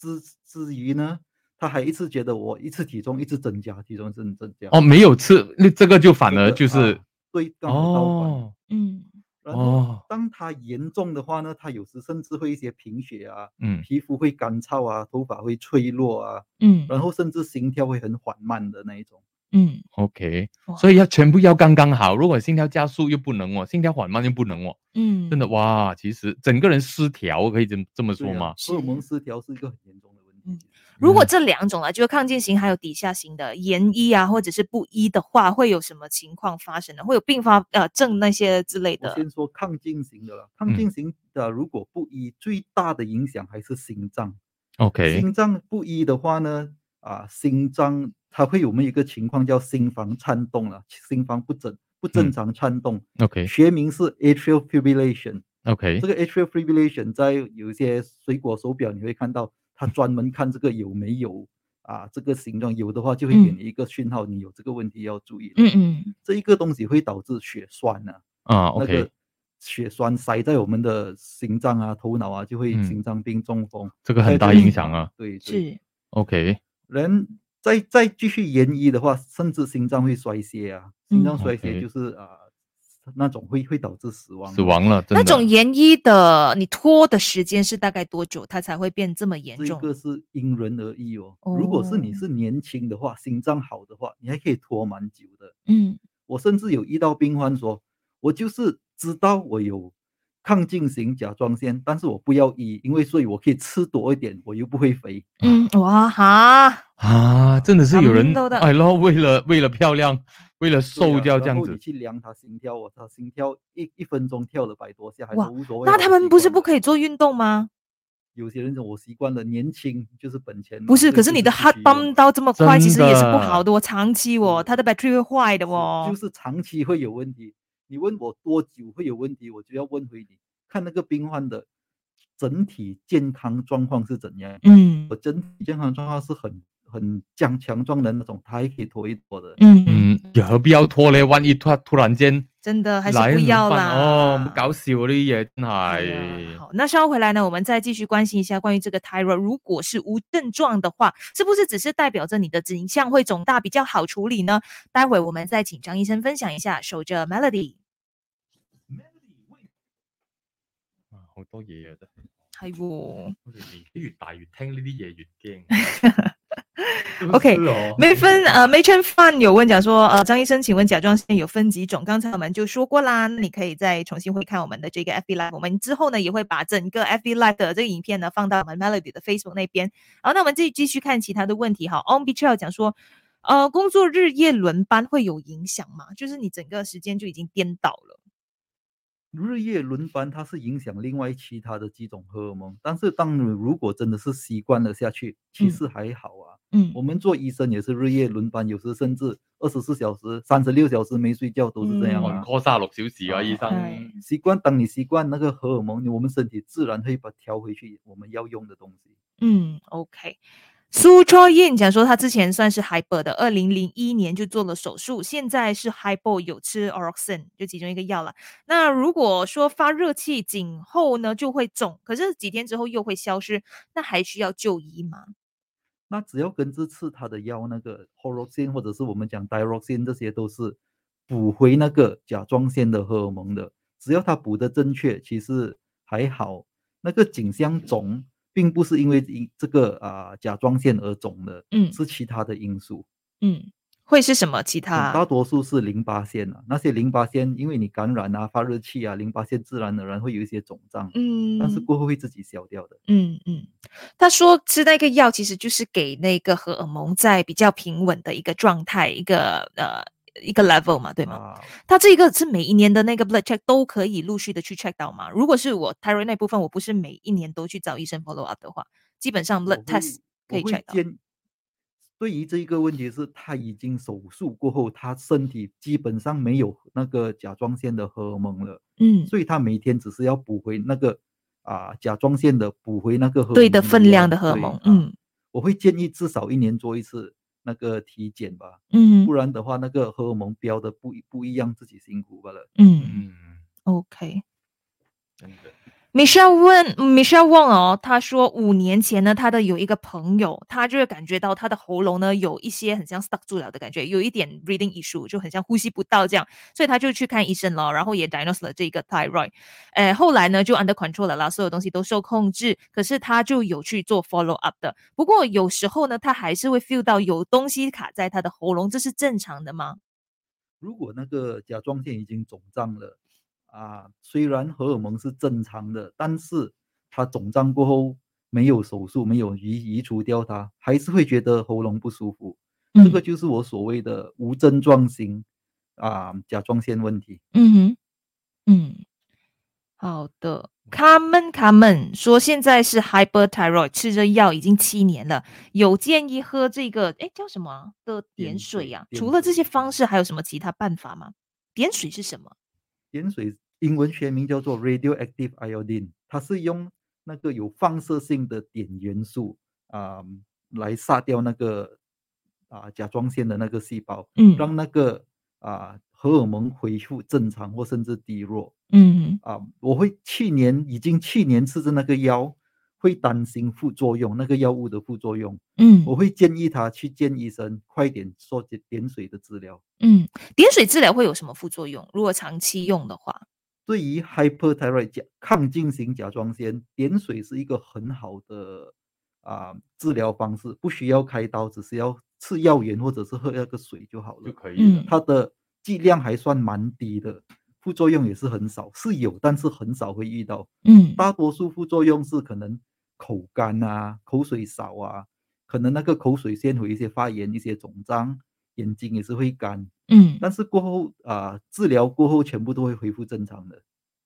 Speaker 1: 之之余呢，他还一直觉得我一次体重一直增加，体重一直增加。
Speaker 4: 哦，没有吃，那这个就反
Speaker 1: 这
Speaker 4: 而
Speaker 1: 个
Speaker 4: 就是
Speaker 1: 啊对，刚好倒反。
Speaker 4: 哦
Speaker 3: 嗯
Speaker 1: 然后
Speaker 4: 哦，
Speaker 1: 当它严重的话呢，它有时甚至会一些贫血啊，
Speaker 4: 嗯
Speaker 1: 皮肤会干燥啊，头发会脆弱啊，
Speaker 3: 嗯
Speaker 1: 然后甚至心跳会很缓慢的那一种。
Speaker 3: 嗯，
Speaker 4: ，OK，
Speaker 3: 哇
Speaker 4: 所以要全部要刚刚好，如果心跳加速又不能哦，心跳缓慢又不能哦，
Speaker 3: 嗯，
Speaker 4: 真的哇，其实整个人失调，可以这么这么
Speaker 1: 对
Speaker 4: 说
Speaker 1: 啊
Speaker 4: 吗？
Speaker 1: 荷尔蒙失调是一个很严重的问
Speaker 3: 嗯
Speaker 1: 题。
Speaker 3: 如果这两种啊，就是抗进型还有底下型的延一啊，或者是不一的话，会有什么情况发生呢？会有并发呃症那些之类
Speaker 1: 我
Speaker 3: 的。
Speaker 1: 先说抗进型的了，抗
Speaker 4: 嗯
Speaker 1: 进型的如果不医，最大的影响还是心脏。
Speaker 4: ，OK，
Speaker 1: 心脏不医的话呢，啊，心脏它会有我们一个情况叫心房颤动了，心房不正不
Speaker 4: 嗯
Speaker 1: 正常颤动，
Speaker 4: OK
Speaker 1: 学名是 atrial fibrillation。
Speaker 4: OK，
Speaker 1: 这个 atrial fibrillation 在有一些水果手表你会看到，它专门看这个有没有啊这个形状，有的话就会给
Speaker 3: 嗯
Speaker 1: 你一个讯号，你有这个问题要注意。
Speaker 3: 嗯，嗯
Speaker 1: 这一个东西会导致血栓啊，
Speaker 4: 啊
Speaker 1: 那
Speaker 4: OK，
Speaker 1: 个血栓塞在我们的心脏啊、头脑啊，就会
Speaker 4: 嗯
Speaker 1: 心脏病、中风，
Speaker 4: 这个很
Speaker 1: 在
Speaker 4: 大
Speaker 1: 这里
Speaker 4: 影响啊。
Speaker 1: 哎对，对
Speaker 3: 是，
Speaker 4: OK，
Speaker 1: 人再再继续延医的话，甚至心脏会衰竭啊，心
Speaker 3: 嗯
Speaker 1: 脏衰竭
Speaker 4: OK
Speaker 1: 就是啊、那种会会导致死亡啊，
Speaker 4: 死亡了，真
Speaker 3: 那
Speaker 4: 的
Speaker 3: 种延一的，你拖的时间是大概多久，它才会变这么严
Speaker 1: 这一
Speaker 3: 重？
Speaker 1: 个是因人而异哦。如果是你是年轻的话，心脏好的话，你还可以拖蛮久的。
Speaker 3: 嗯
Speaker 1: 我甚至有遇到病患说，我就是知道我有亢进型甲状腺，但是我不要医，因为所以我可以吃多一点，我又不会肥。
Speaker 3: 嗯，哇哈，
Speaker 4: 啊，真的是有人
Speaker 3: 他们都的
Speaker 4: 哎咯，为了为了漂亮，为了
Speaker 1: 对
Speaker 4: 瘦
Speaker 1: 啊
Speaker 4: 掉这
Speaker 1: 然后
Speaker 4: 样子
Speaker 1: 你，去量他心跳哦，他心跳一一分钟跳了百多下，还
Speaker 3: 哇
Speaker 1: 说无所谓啊。
Speaker 3: 那他们不是不
Speaker 1: 以？
Speaker 3: 可以做运动吗？
Speaker 1: 有些人说我习惯了，年轻就是本钱嘛。
Speaker 3: 不是，
Speaker 1: 所以
Speaker 3: 可是
Speaker 1: 就
Speaker 3: 你的
Speaker 1: 必
Speaker 3: heart
Speaker 1: 须用
Speaker 3: pump 到这么快，
Speaker 4: 真
Speaker 3: 其实也是不
Speaker 4: 的
Speaker 3: 好的哦，长期哦，
Speaker 1: 是
Speaker 3: 它的 battery 会坏的
Speaker 1: 是
Speaker 3: 哦
Speaker 1: 就。是长期会有问题。你问我多久会有问题，我就要问回你，看那个病患的整体健康状况是怎样。
Speaker 3: 嗯
Speaker 1: 我整体健康状况是很很强强壮的那种，他还可以拖一拖的。
Speaker 3: 嗯
Speaker 4: 嗯，又何必要拖咧？万一突突然间
Speaker 3: 真的还是
Speaker 4: 来
Speaker 3: 不
Speaker 4: 怎么
Speaker 3: 要
Speaker 4: 辦
Speaker 3: 啦。
Speaker 4: 哦，唔搞笑呢啲嘢真
Speaker 3: 哎
Speaker 4: 系
Speaker 3: 呀。好，那稍后回来呢，我们再继续关心一下关于这个 thyroid，如果是无症状的话，是不是只是代表着你的颈项会肿大比较好处理呢？待会我们再请张医生分享一下。守着 Melody，
Speaker 2: Melody 喂
Speaker 4: 啊好多嘢啊，真係
Speaker 3: 哎呦，
Speaker 4: 我哋年紀越大越聽呢啲嘢越驚。
Speaker 2: 真
Speaker 3: OK，
Speaker 4: 啊
Speaker 2: 是哦
Speaker 3: 梅芬呃梅春范有问讲说，呃张医生，请问甲状腺有分几种？刚才我们就说过啦，那你可以再重新回看我们的这个 FB Live，我们之后呢也会把整个 FB Live 的这个影片呢放到我们 Melody 的 Facebook 那边。好，那我们继续继续看其他的问题哈。On b e t r a l 讲说，呃，工作日夜轮班会有影响吗？就是你整个时间就已经颠倒了。
Speaker 1: 日夜轮班，它是影响另外其他的几种荷尔蒙，但是当你如果真的是习惯了下去，
Speaker 3: 嗯
Speaker 1: 其实还好啊。
Speaker 3: 嗯
Speaker 1: 我们做医生也是日夜轮班，有时甚至二十四小时、三十六小时没睡觉都是这样
Speaker 3: 嗯
Speaker 1: 啊。
Speaker 4: call 三十六小時啊，
Speaker 1: 啊
Speaker 4: 醫
Speaker 3: 係
Speaker 4: 生。
Speaker 1: 习惯，当你习惯那个荷尔蒙，我们身体自然会把它调回去我们要用的东西。
Speaker 3: 嗯，OK。苏超燕讲说，他之前算是 hyper 的，二零零一年就做了手术，现在是 hyper 有吃 oroxin 就其中一个药了。那如果说发热气颈后呢，就会肿，可是几天之后又会消失，那还需要就医吗？
Speaker 1: 那只要根治吃它的药，那个 horoxin 或者是我们讲 diroxin，这些都是补回那个甲状腺的荷尔蒙的。只要它补的正确，其实还好。那个颈项肿并不是因为因这个啊、甲状腺而肿的，
Speaker 3: 嗯
Speaker 1: 是其他的因素。
Speaker 3: 嗯，会是什么其
Speaker 1: 很大
Speaker 3: 他？
Speaker 1: 多数是淋巴腺啊，那些淋巴腺因为你感染啊、发热器啊，淋巴腺自然而然会有一些肿胀，
Speaker 3: 嗯，
Speaker 1: 但是过后会自己消掉的。
Speaker 3: 嗯嗯，他说吃那个药其实就是给那个荷尔蒙在比较平稳的一个状态，一个呃一个 level 嘛，对吗？
Speaker 1: 啊，
Speaker 3: 它这个是每一年的那个 blood check 都可以陆续的去 check 到吗？如果是我 thyroid 那部分，我不是每一年都去找医生 follow up 的话，基本上
Speaker 1: 我
Speaker 3: blood test 可
Speaker 1: 会
Speaker 3: 以
Speaker 1: 我会
Speaker 3: check 到。
Speaker 1: 建对于这一个问题是，他已经手术过后，他身体基本上没有那个甲状腺的荷尔蒙了，
Speaker 3: 嗯，
Speaker 1: 所以他每天只是要补回那个啊甲状腺的补回那个荷尔
Speaker 3: 对的
Speaker 1: 蒙
Speaker 3: 分量的荷尔
Speaker 1: 对
Speaker 3: 蒙
Speaker 1: 啊。
Speaker 3: 嗯
Speaker 1: 我会建议至少一年做一次那个体检吧，
Speaker 3: 嗯
Speaker 1: 不然的话那个荷尔蒙标的不一不一样，自己辛苦罢了。
Speaker 3: 嗯
Speaker 4: 嗯，
Speaker 3: ，OK。
Speaker 4: 真的
Speaker 3: Michelle 问 Michelle Wong 哦，他说五年前呢，他的有一个朋友，他就是感觉到他的喉咙呢有一些很像 stuck 住了的感觉，有一点 breathing issue，就很像呼吸不到这样，所以他就去看医生了，然后也 diagnose 了这个 thyroid，呃，后来呢就 under control 了啦，所有东西都受控制，可是他就有去做 follow up 的，不过有时候呢，他还是会 feel 到有东西卡在他的喉咙，这是正常的吗？
Speaker 1: 如果那个甲状腺已经肿胀了，啊，虽然荷尔蒙是正常的，但是它肿胀过后没有手术，没有移移除掉它，还是会觉得喉咙不舒服。这个就是我所谓的无症状型啊甲状腺问题。
Speaker 3: 嗯哼，嗯，好的。卡门卡门说，现在是 hyperthyroid，吃着药已经七年了，有建议喝这个哎叫什么啊的
Speaker 1: 碘
Speaker 3: 碘水
Speaker 1: 水
Speaker 3: 呀、
Speaker 1: 碘
Speaker 3: 除了这
Speaker 1: 水嗯
Speaker 3: 些方式，还有什么其他办法吗？碘水是什么？
Speaker 1: 盐水英文学名叫做 radioactive iodine，它是用那个有放射性的碘元素啊、来杀掉那个啊、甲状腺的那个细胞，
Speaker 3: 嗯
Speaker 1: 让那个啊、荷尔蒙恢复正常或甚至低落
Speaker 3: 嗯
Speaker 1: 啊、我会去年已经去年吃的那个药，会担心副作用，那个药物的副作用，
Speaker 3: 嗯
Speaker 1: 我会建议他去见医生，快点做碘碘水的治疗。
Speaker 3: 嗯，碘水治疗会有什么副作用？如果长期用的话，
Speaker 1: 对于 hyperthyroid 甲亢进型甲状腺，碘水是一个很好的啊、治疗方式，不需要开刀，只是要吃药盐或者是喝那个水就好
Speaker 4: 就
Speaker 1: 了。
Speaker 4: 可以啊
Speaker 3: 嗯
Speaker 4: 了。
Speaker 1: 它的剂量还算蛮低的，副作用也是很少，是有，但是很少会遇到。
Speaker 3: 嗯
Speaker 1: 大多数副作用是可能口干啊、口水少啊，可能那个口水腺会有一些发炎、一些肿胀，眼睛也是会干。
Speaker 3: 嗯
Speaker 1: 但是过后啊、治疗过后全部都会恢复正常的。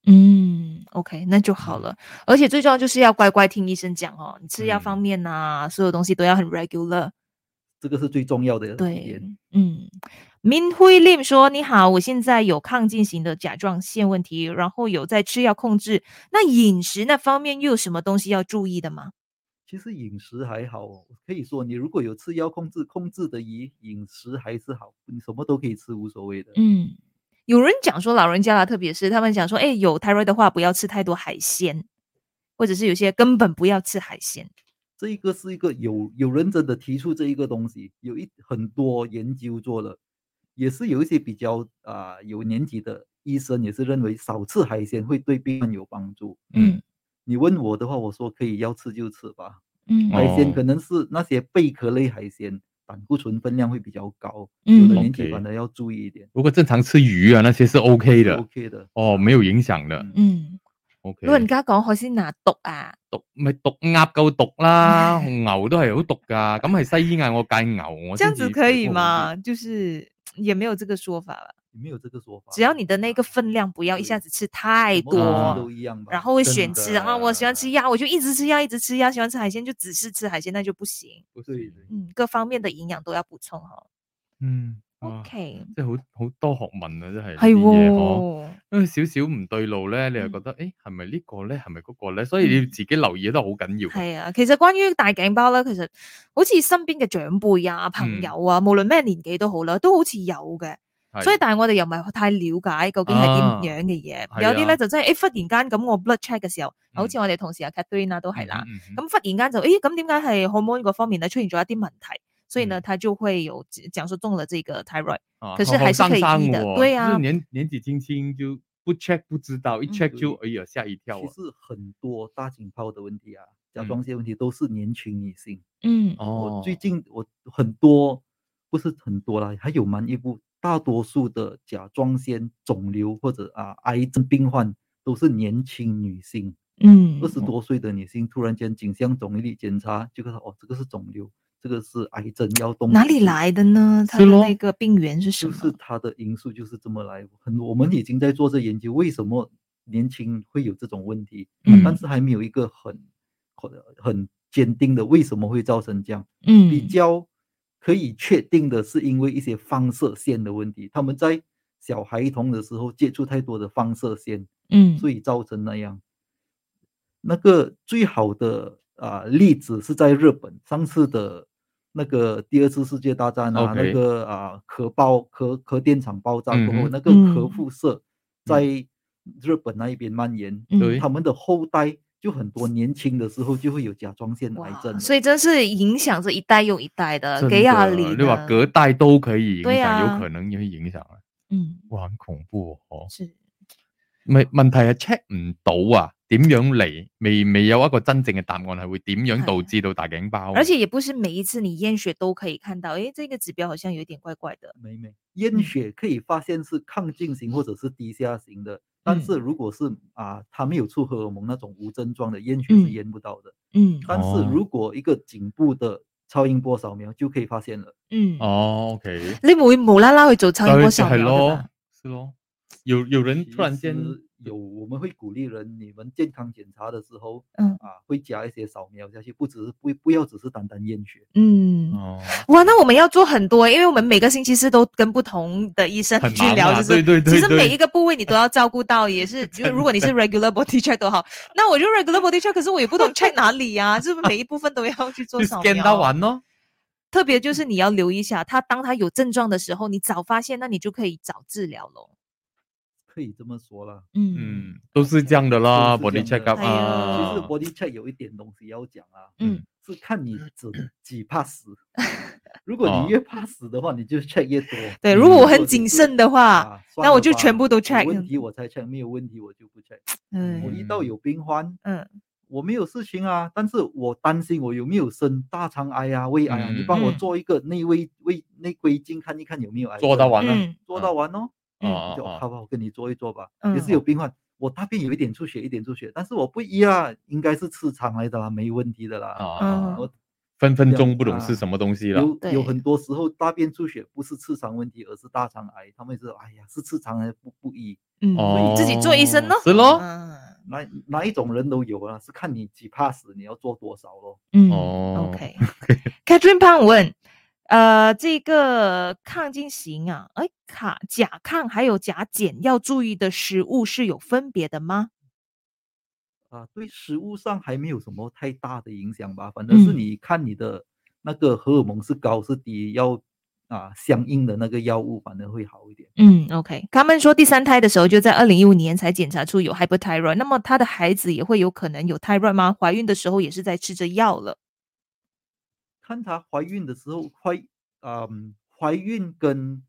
Speaker 3: 嗯，OK，那就好了。而且最重要就是要乖乖听医生讲哦，你吃药
Speaker 4: 嗯
Speaker 3: 方面呐、所有东西都要很 regular。
Speaker 1: 这个是最重要的一
Speaker 3: 对
Speaker 1: 点。，
Speaker 3: 嗯，明辉 Lim 说：“你好，我现在有亢进型的甲状腺问题，然后有在吃药控制。那饮食那方面又有什么东西要注意的吗
Speaker 1: 其实饮食还好哦，可以说你如果有吃药控制，控制的饮饮食还是好，你什么都可以吃，无所谓的？”。
Speaker 3: 嗯，有人讲说老人家啊啦，特别是他们讲说，哎，有 thyroid 的话，不要吃太多海鲜，或者是有些根本不要吃海鲜。
Speaker 1: 这一个是一个有有人真的提出这一个东西，有一很多研究做了，也是有一些比较啊、有年纪的医生也是认为少吃海鲜会对病人有帮助。
Speaker 4: 嗯
Speaker 1: 你问我的话，我说可以要吃就吃吧，
Speaker 3: 嗯
Speaker 1: 海鲜
Speaker 4: 哦
Speaker 1: 可能是那些贝壳类海鲜，胆固醇分量会比较高，有的
Speaker 3: 嗯
Speaker 1: 年纪反
Speaker 4: OK
Speaker 1: 而要注意一点。
Speaker 4: 如果正常吃鱼啊那些是 OK
Speaker 1: 是
Speaker 4: 的
Speaker 1: OK 的。
Speaker 4: 哦，没有影响的
Speaker 1: 嗯。
Speaker 3: 嗯，
Speaker 4: OK，
Speaker 3: 老人家講海鮮拿毒啊，
Speaker 4: 毒咪毒鴨夠毒 啦，牛都係好毒噶。咁係西醫嗌我戒牛，
Speaker 1: 哦
Speaker 4: 我
Speaker 3: 这
Speaker 4: 先
Speaker 3: 样子
Speaker 4: 至
Speaker 3: 可
Speaker 4: 食
Speaker 3: 以
Speaker 4: 過
Speaker 3: 吗？就是也没有这个说法了，
Speaker 1: 没有这个说法。
Speaker 3: 只要你的那个分量不要一下
Speaker 1: 哦对
Speaker 3: 子吃太
Speaker 1: 什么东西
Speaker 3: 多。
Speaker 1: 都一样吧。
Speaker 3: 然后会
Speaker 4: 真
Speaker 3: 选吃啊，我喜欢吃
Speaker 4: 的
Speaker 3: 鸭，我就一直吃鸭，一直吃鸭；喜欢吃海鲜就只是吃海鲜，那就不行。
Speaker 4: 啲。
Speaker 1: 对
Speaker 3: 嗯，各方面的营养都要补充哈。
Speaker 4: 嗯哇
Speaker 3: OK，哎
Speaker 4: 即係好好多學問啊，真係呢
Speaker 3: 系
Speaker 4: 啲嘢嗬。
Speaker 3: 喎，
Speaker 4: 因為少少唔對路咧，你又
Speaker 3: 嗯
Speaker 4: 覺得诶係咪呢個咧，係咪嗰個咧？所以你要
Speaker 3: 嗯
Speaker 4: 自己留意得好緊要。
Speaker 3: 系啊。其實關於大頸包咧，其實好似身邊嘅長輩啊、朋
Speaker 4: 嗯
Speaker 3: 友啊，無論咩年紀都好啦，都好似有嘅。
Speaker 4: 係
Speaker 3: 所以但係我哋又唔係太了解究竟係點樣嘅嘢。
Speaker 4: 啊
Speaker 3: 有啲
Speaker 4: 係啊
Speaker 3: 咧就真係诶，忽然間咁我 blood check 嘅時候，好似
Speaker 4: 嗯
Speaker 3: 我哋同事阿 Catherine 啊都係啦。
Speaker 4: 嗯，嗯嗯
Speaker 3: 咁忽然間就，誒咁點解係 hormone 嗰方面咧出現咗一啲問題？所以呢，
Speaker 4: 嗯
Speaker 3: 他就會有講說中了這個 thyroid，
Speaker 4: 啊
Speaker 3: 可是
Speaker 4: 好好
Speaker 3: 還是可以
Speaker 4: 生生
Speaker 3: 醫的
Speaker 4: 喎
Speaker 3: 對
Speaker 4: 就是
Speaker 3: 啊
Speaker 4: 年年紀輕輕就不 check 不知道，一
Speaker 3: 嗯
Speaker 4: check 就哎呀嚇一跳
Speaker 1: 其
Speaker 4: 啊。
Speaker 1: 实很多大颈泡的问题啊，甲
Speaker 4: 嗯
Speaker 1: 状腺问题都是年轻女性。
Speaker 3: 嗯
Speaker 1: 我
Speaker 4: 哦
Speaker 1: 最近我很多不是很多啦，还有蛮一部，大多数的甲状腺肿瘤或者啊癌症病患都是年轻女性，
Speaker 3: 嗯
Speaker 1: 二十多岁的女性突然间颈项肿瘤检查，就看到哦，这个是肿瘤，这个是癌症，要动
Speaker 3: 哪里
Speaker 1: 手术
Speaker 3: 来的呢？它
Speaker 4: 是
Speaker 3: 的
Speaker 4: 咯
Speaker 3: 那个病源是什
Speaker 1: 就
Speaker 3: 么？
Speaker 1: 是它的因素就是这么来。很多我们已经在做这研究，为什么年轻会有这种问题？
Speaker 3: 嗯
Speaker 1: 但是还没有一个很很很坚定的为什么会造成这样。
Speaker 3: 嗯
Speaker 1: 比较可以确定的是，因为一些放射线的问题，他们在小孩童的时候接触太多的放射线，
Speaker 3: 嗯
Speaker 1: 所以造成那样。那个最好的啊、例子是在日本，上次的那个第二次世界大战啊
Speaker 4: OK
Speaker 1: 那个啊核爆核核电厂爆炸过后，
Speaker 4: 嗯哼
Speaker 1: 那个核
Speaker 3: 嗯
Speaker 1: 辐射在日本那一边蔓延，
Speaker 3: 嗯
Speaker 4: 对
Speaker 1: 他们的后代就很多年轻的时候就会有甲状腺癌
Speaker 3: 哇
Speaker 1: 症了，
Speaker 3: 所以真是影响着一代又一代的，
Speaker 4: 真
Speaker 3: 给亚
Speaker 4: 的
Speaker 3: 里
Speaker 4: 对吧？
Speaker 3: 呢
Speaker 4: 隔代都可以影
Speaker 3: 对
Speaker 4: 響，
Speaker 3: 啊
Speaker 4: 有可能會影響啊！
Speaker 3: 嗯
Speaker 4: 哇，很恐怖哦！
Speaker 3: 是
Speaker 4: 咪問題係 check 唔到啊，點樣嚟？未未有一個真正嘅答案係會點樣導致到大頸包啊？
Speaker 3: 而且也不是每一次你验血都可以看到，诶，这个指标好像有点怪怪的。
Speaker 1: 没没，
Speaker 3: 嗯
Speaker 1: 验血可以发现是亢进型或者是低下型的，但
Speaker 3: 嗯
Speaker 1: 是如果是啊，他没有出荷尔蒙那种无症状的，验血
Speaker 3: 嗯
Speaker 1: 是验不到的。
Speaker 3: 嗯
Speaker 1: 但
Speaker 4: 哦
Speaker 1: 是如果一个颈部的超音波扫描就可以发现了，
Speaker 3: 嗯，
Speaker 4: 哦，OK，
Speaker 3: 你唔会无啦啦去做超音波
Speaker 4: 就
Speaker 3: 啊扫
Speaker 4: 係
Speaker 3: 描的吧
Speaker 4: 咯，是咯，有有
Speaker 3: 嗯
Speaker 4: 人突然間
Speaker 1: 其实有我们会鼓励人，你们健康检查的时候，
Speaker 3: 嗯
Speaker 1: 啊，会加一些扫描下去，不只是不不要只是单单验血。
Speaker 3: 嗯，
Speaker 4: 哦，
Speaker 3: 哇，那我们要做很多，因为我们每个星期四都跟不同的医生
Speaker 4: 很
Speaker 3: 去
Speaker 4: 忙
Speaker 3: 聊，
Speaker 4: 啊，
Speaker 3: 就
Speaker 4: 对
Speaker 3: 是
Speaker 4: 对
Speaker 3: 其
Speaker 4: 對
Speaker 3: 实
Speaker 4: 對
Speaker 3: 每一个部位你都要照顾到，也是，就是如果你是 regular body check 都好，那我就 regular body check，可是我也不懂 check 哪里呀、是不是每一部分都要去做
Speaker 4: 就
Speaker 3: 扫
Speaker 4: scan 到
Speaker 3: 描？
Speaker 4: 完咯。
Speaker 3: 特别就是你要留意一下，他当他有症状的时候，你早发现，那你就可以早治疗咯。
Speaker 1: 可以这么说啦，
Speaker 3: 嗯
Speaker 4: 嗯，都是這樣的啦
Speaker 1: 都是
Speaker 4: ，body
Speaker 1: 這樣
Speaker 4: check
Speaker 1: 的
Speaker 4: up
Speaker 3: 哎呀
Speaker 4: 啊。
Speaker 1: 其实 body check 有一点东西要讲啊，
Speaker 3: 嗯
Speaker 1: 是看你只几怕死。如果你越怕死的话，你就 check 越多。
Speaker 3: 哦对如果我
Speaker 1: 嗯
Speaker 3: 很谨慎的话，
Speaker 1: 如果你是啊
Speaker 3: 那我就
Speaker 1: 算了吧
Speaker 3: 全部都 check
Speaker 1: 有问题我才 check，没有问题我就不 check。我
Speaker 3: 嗯
Speaker 1: 遇到有病患，
Speaker 3: 嗯
Speaker 1: 我没有事情啊，但是我担心我有没有生大肠癌啊、胃癌啊，你
Speaker 4: 嗯
Speaker 1: 帮我
Speaker 3: 嗯
Speaker 1: 做一个内胃胃内窥镜看一看有没有癌症。
Speaker 4: 做到完了，
Speaker 3: 嗯
Speaker 1: 做到完哦，
Speaker 3: 嗯
Speaker 4: 哦
Speaker 1: 就
Speaker 4: 哦
Speaker 1: 好
Speaker 4: 哦
Speaker 1: 吧，我跟你做一做吧。也
Speaker 3: 嗯
Speaker 1: 是有病患，我大便有一点出血，一点出血，但是我不医啊，应该是吃肠来的啦，没问题的啦。
Speaker 4: 哦
Speaker 3: 嗯
Speaker 4: 哦，
Speaker 1: 啊我
Speaker 4: 分分
Speaker 1: 这样
Speaker 4: 鐘不懂是
Speaker 1: 啊
Speaker 4: 什麼東西啦。
Speaker 1: 有
Speaker 3: 对
Speaker 1: 有很多时候大便出血不是吃肠问题，而是大肠癌。他们也是哎呀，是吃肠癌不不医，
Speaker 3: 嗯，
Speaker 4: 哦，
Speaker 3: 自己做医生咯。
Speaker 4: 是咯。
Speaker 1: 哎
Speaker 3: 嗯
Speaker 1: 哪哪一种人都有啊，是看你几怕死，你要做多少咯。
Speaker 3: 嗯
Speaker 4: 哦
Speaker 3: ，OK。Catherine 胖问，呃，这个抗进型啊，哎，卡甲亢还有甲减要注意的食物是有分别的吗？
Speaker 1: 啊，对食物上还没有什么太大的影响吧，反正是
Speaker 3: 嗯
Speaker 1: 你看你的那个荷尔蒙是高是低，要啊相应的那个药物反正会好一点。
Speaker 3: 嗯，OK。他们说第三胎的时候就在二零一五年才检查出有 hyperthyroid，那么他的孩子也会有可能有 thyroid 吗？怀孕的时候也是在吃着药了。
Speaker 1: 看她怀孕的时候，怀啊嗯，怀孕跟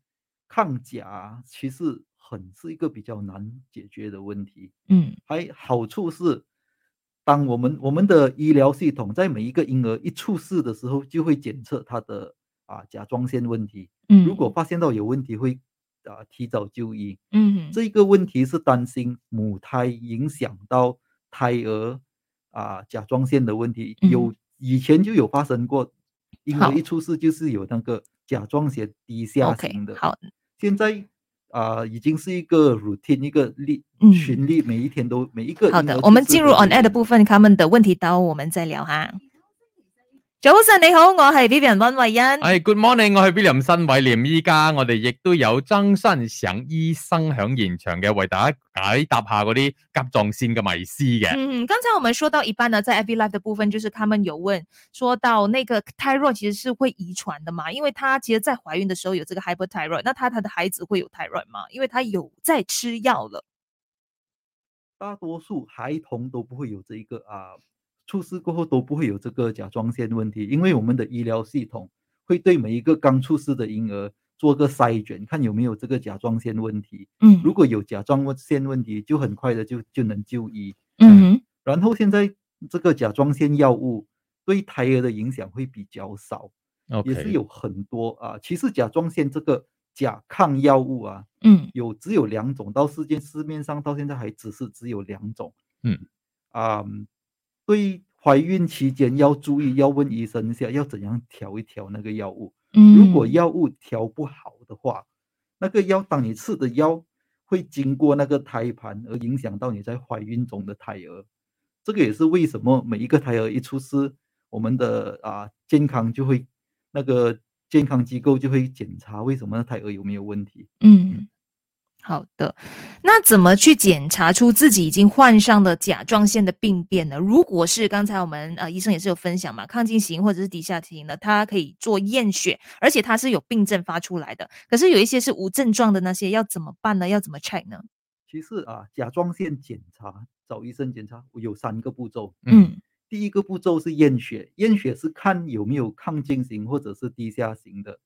Speaker 1: 抗甲其实很是一个比较难解决的问题。
Speaker 3: 嗯
Speaker 1: 还好处是，当我们我们的医疗系统在每一个婴儿一出世的时候，就会检测他的啊甲状腺问题，
Speaker 3: 嗯，
Speaker 1: 如果发现到有问题会。啊，提早就医
Speaker 3: 嗯
Speaker 1: 这个问题是担心母胎影响到胎儿啊甲状腺的问题，有以前就有发生过，婴
Speaker 3: 嗯好
Speaker 1: 儿一出世就是有那个甲状腺低下
Speaker 3: OK
Speaker 1: 型的。
Speaker 3: 好，
Speaker 1: 现在啊、已经是一个 routine 一个例
Speaker 3: 嗯
Speaker 1: 循例，每一天都每一个。
Speaker 3: 好的，我们进入 on air 的部分，他们的问题到我们再聊哈。早晨你好，我系 Vivian 温慧欣。
Speaker 1: 哎
Speaker 4: 系哎 Good morning，我係 William 新偉廉，依家我哋亦都有曾新祥醫生響現場嘅，為大家解答下嗰啲甲狀腺嘅迷思嘅。
Speaker 3: 嗯，刚才我们说到一半呢，在 Every Life 的部分，就是他们有问说到那个 thyroid 其实是会遗传的嘛，因为她其实在怀孕的时候有这个 hyperthyroid，那她她的孩子会有 thyroid 吗？因为她有在吃药了。
Speaker 1: 大多数孩童都不会有这一个啊，出事过后都不会有这个甲状腺问题，因为我们的医疗系统会对每一个刚出世的婴儿做个筛选，看有没有这个甲状腺问题。
Speaker 3: 嗯
Speaker 1: 如果有甲状腺问题，就很快的就就能就医。
Speaker 3: 嗯
Speaker 1: 然后现在这个甲状腺药物对胎儿的影响会比较少，也是
Speaker 4: OK
Speaker 1: 有很多啊。其实甲状腺这个甲抗药物啊，
Speaker 3: 嗯
Speaker 1: 有只有两种，到世界市面上到现在还只是只有两种。
Speaker 4: 嗯，
Speaker 1: 啊、对怀孕期间要注意，要问医生一下要怎样调一调那个药物。
Speaker 3: 嗯，
Speaker 1: 如果药物调不好的话，那个药当你吃的药会经过那个胎盘，而影响到你在怀孕中的胎儿。这个也是为什么每一个胎儿一出世，我们的啊健康就会那个健康机构就会检查为什么胎儿有没有问题。
Speaker 3: 嗯，好的。那怎么去检查出自己已经患上了甲状腺的病变呢？如果是刚才我们呃医生也是有分享嘛，抗进型或者是低下型的，它可以做验血，而且它是有病症发出来的。可是有一些是无症状的那些，要怎么办呢？要怎么 check 呢？
Speaker 1: 其实啊，甲状腺检查找医生检查有三个步骤。
Speaker 3: 嗯
Speaker 1: 第一个步骤是验血，验血是看有没有亢进型或者是低下型的，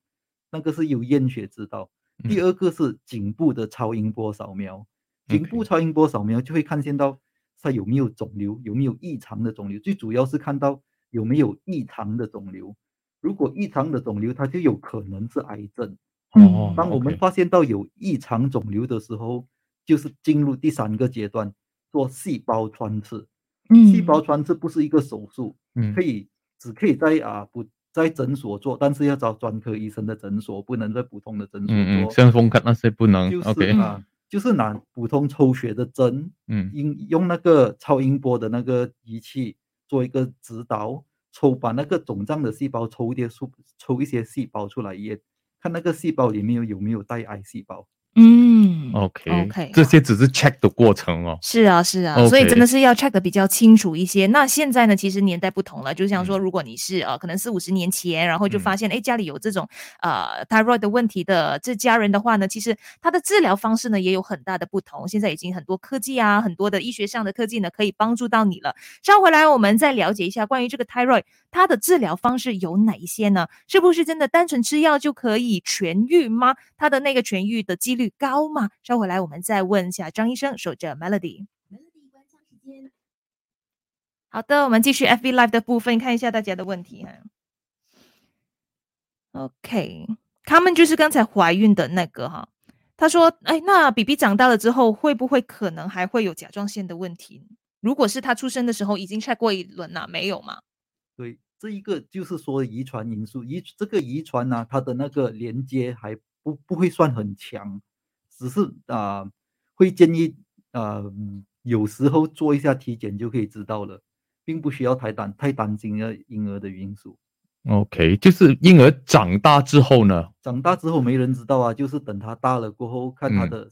Speaker 1: 那个是由验血知道。第
Speaker 4: 嗯
Speaker 1: 二个是颈部的超音波扫描，颈部
Speaker 4: OK
Speaker 1: 超音波扫描就会看见到它有没有肿瘤，有没有异常的肿瘤，最主要是看到有没有异常的肿瘤。如果异常的肿瘤，它就有可能是癌症。
Speaker 4: 哦
Speaker 1: 当我们
Speaker 4: OK
Speaker 1: 发现到有异常肿瘤的时候，就是进入第三个阶段，做细胞穿刺。
Speaker 3: 嗯，
Speaker 1: 细胞穿刺不是一个手术，
Speaker 4: 嗯
Speaker 1: 可以只可以在啊不在诊所做，但是要找专科医生的诊所，不能在普通的诊所
Speaker 4: 嗯嗯，
Speaker 1: 做。
Speaker 4: 伤风咳那些不能
Speaker 1: 就是
Speaker 4: OK，
Speaker 1: 啊，就是拿普通抽血的针，
Speaker 4: 嗯
Speaker 1: 用用那个超音波的那个仪器做一个指导，抽把那个肿胀的细胞抽一些出抽一些细胞出来验，看那个细胞里面有有没有带癌细胞。
Speaker 3: 嗯。
Speaker 4: OK
Speaker 3: OK，
Speaker 4: 这些只是 check 的过程哦。
Speaker 3: 是啊，是啊所以真
Speaker 4: OK
Speaker 3: 的是要 check 的比较清楚一些。那现在呢，其实年代不同了，就像说，如果你是呃，可能四五十年前，然后
Speaker 4: 嗯
Speaker 3: 就发现哎、诶家里有这种呃 thyroid 的问题的这家人的话呢，其实他的治疗方式呢也有很大的不同。现在已经很多科技啊，很多的医学上的科技呢，可以帮助到你了。稍回来，我们再了解一下关于这个 thyroid 它的治疗方式有哪一些呢？是不是真的单纯吃药就可以痊愈吗？它的那个痊愈的几率高吗？稍回来我们再问一下张医生，守着 Melody。好的，我们继续 FB Live 的部分，看一下大家的问题哈。OK，他们就是刚才怀孕的那个哈，他说，哎，那 BB 长大了之后，会不会可能还会有甲状腺的问题？如果是他出生的时候已经 check 过一轮了，没有嘛？
Speaker 1: 对，这一个就是说遗传因素，遗这个遗传呢、它的那个连接还不不会算很强，只是啊、会建议啊、嗯有时候做一下体检就可以知道了，并不需要太担太担心呃婴儿的因素。
Speaker 4: OK，就是婴儿长大之后呢，
Speaker 1: 长大之后没人知道啊，就是等他大了过后，看他
Speaker 4: 嗯
Speaker 1: 的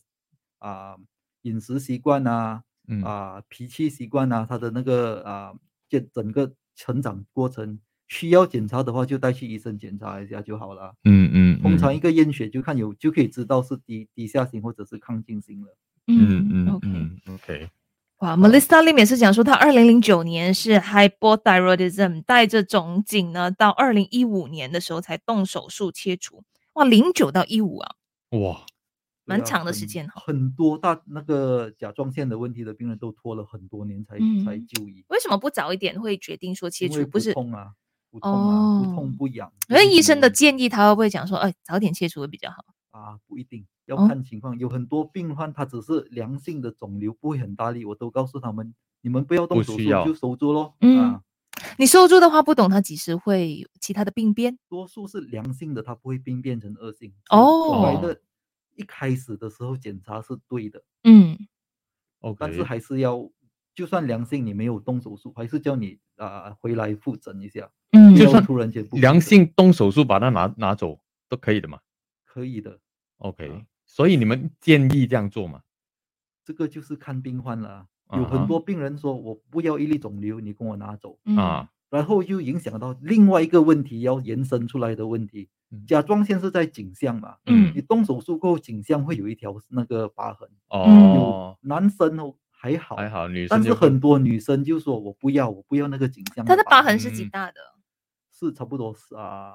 Speaker 1: 啊、饮食习惯啊
Speaker 4: 嗯
Speaker 1: 啊、脾气习惯啊，他的那个啊这、整个成长过程需要检查的话，就带去医生检查一下就好了。
Speaker 4: 嗯嗯，
Speaker 1: 通
Speaker 4: 嗯
Speaker 1: 常一个验血就看有就可以知道是低低下型或者是亢进型了。
Speaker 4: 嗯嗯
Speaker 3: OK。
Speaker 4: 嗯 OK，
Speaker 3: 哇，Melissa Lim 也是讲说，她二零零九年是 hypothyroidism，带着肿颈呢，到二零一五年的时候才动手术切除。哇，零九到一五啊，
Speaker 4: 哇，
Speaker 1: 对
Speaker 3: 蛮
Speaker 1: 啊
Speaker 3: 长的时
Speaker 1: 很
Speaker 3: 间哈
Speaker 1: 很多大那个甲状腺的问题的病人都拖了很多年才、才
Speaker 3: 嗯
Speaker 1: 就医，
Speaker 3: 为什么不早一点会决定说切
Speaker 1: 因为
Speaker 3: 除？不是，
Speaker 1: 痛啊，不痛啊，不
Speaker 3: 哦
Speaker 1: 痛不痒。
Speaker 3: 可是医生
Speaker 4: 嗯
Speaker 3: 的
Speaker 1: 建。
Speaker 3: 建议，他会不会讲说，哎，早点切除会比较好？
Speaker 1: 啊，不一定要
Speaker 3: 哦
Speaker 1: 看情况。有很多病患他只是良性的肿瘤，不会很大力，我都告诉他们，你们不要动
Speaker 4: 不
Speaker 1: 手术
Speaker 4: 需要
Speaker 1: 就手术咯。
Speaker 3: 嗯
Speaker 1: 啊，
Speaker 3: 你收住的话，不懂他几时会有其他的病变。
Speaker 1: 多数是良性的，它不会病变成恶性。
Speaker 3: 哦
Speaker 1: 来的一开始的时候检查是对的，
Speaker 3: 嗯
Speaker 4: OK，
Speaker 1: 但是还是要，就算良性你没有动手术，还是叫你啊、回来复诊一下，
Speaker 3: 嗯
Speaker 1: 不
Speaker 4: 就
Speaker 1: 要
Speaker 4: 算
Speaker 1: 突然间不复
Speaker 4: 良
Speaker 1: 诊
Speaker 4: 性动手术把它拿拿走都可以的嘛
Speaker 1: 可以的，
Speaker 4: ？OK，所以你们建议这样做嘛？
Speaker 1: 这个就是看病患了啊。有
Speaker 4: 啊哈
Speaker 1: 很多病人说我不要一粒肿瘤，你跟我拿走。
Speaker 3: 嗯
Speaker 4: 啊，
Speaker 1: 然后又影响到另外一个问题要延伸出来的问题
Speaker 4: 嗯。
Speaker 1: 甲状腺是在颈项嘛，
Speaker 3: 嗯
Speaker 1: 你动手术过后，颈项会有一条那个疤痕。
Speaker 4: 哦，
Speaker 1: 男生哦还好，
Speaker 4: 还，好哎女生
Speaker 1: 但是
Speaker 4: 就
Speaker 1: 很多女生就说我不要，我不要那个颈项。
Speaker 3: 他的疤痕是几
Speaker 4: 嗯
Speaker 3: 大的？
Speaker 1: 是差不多是啊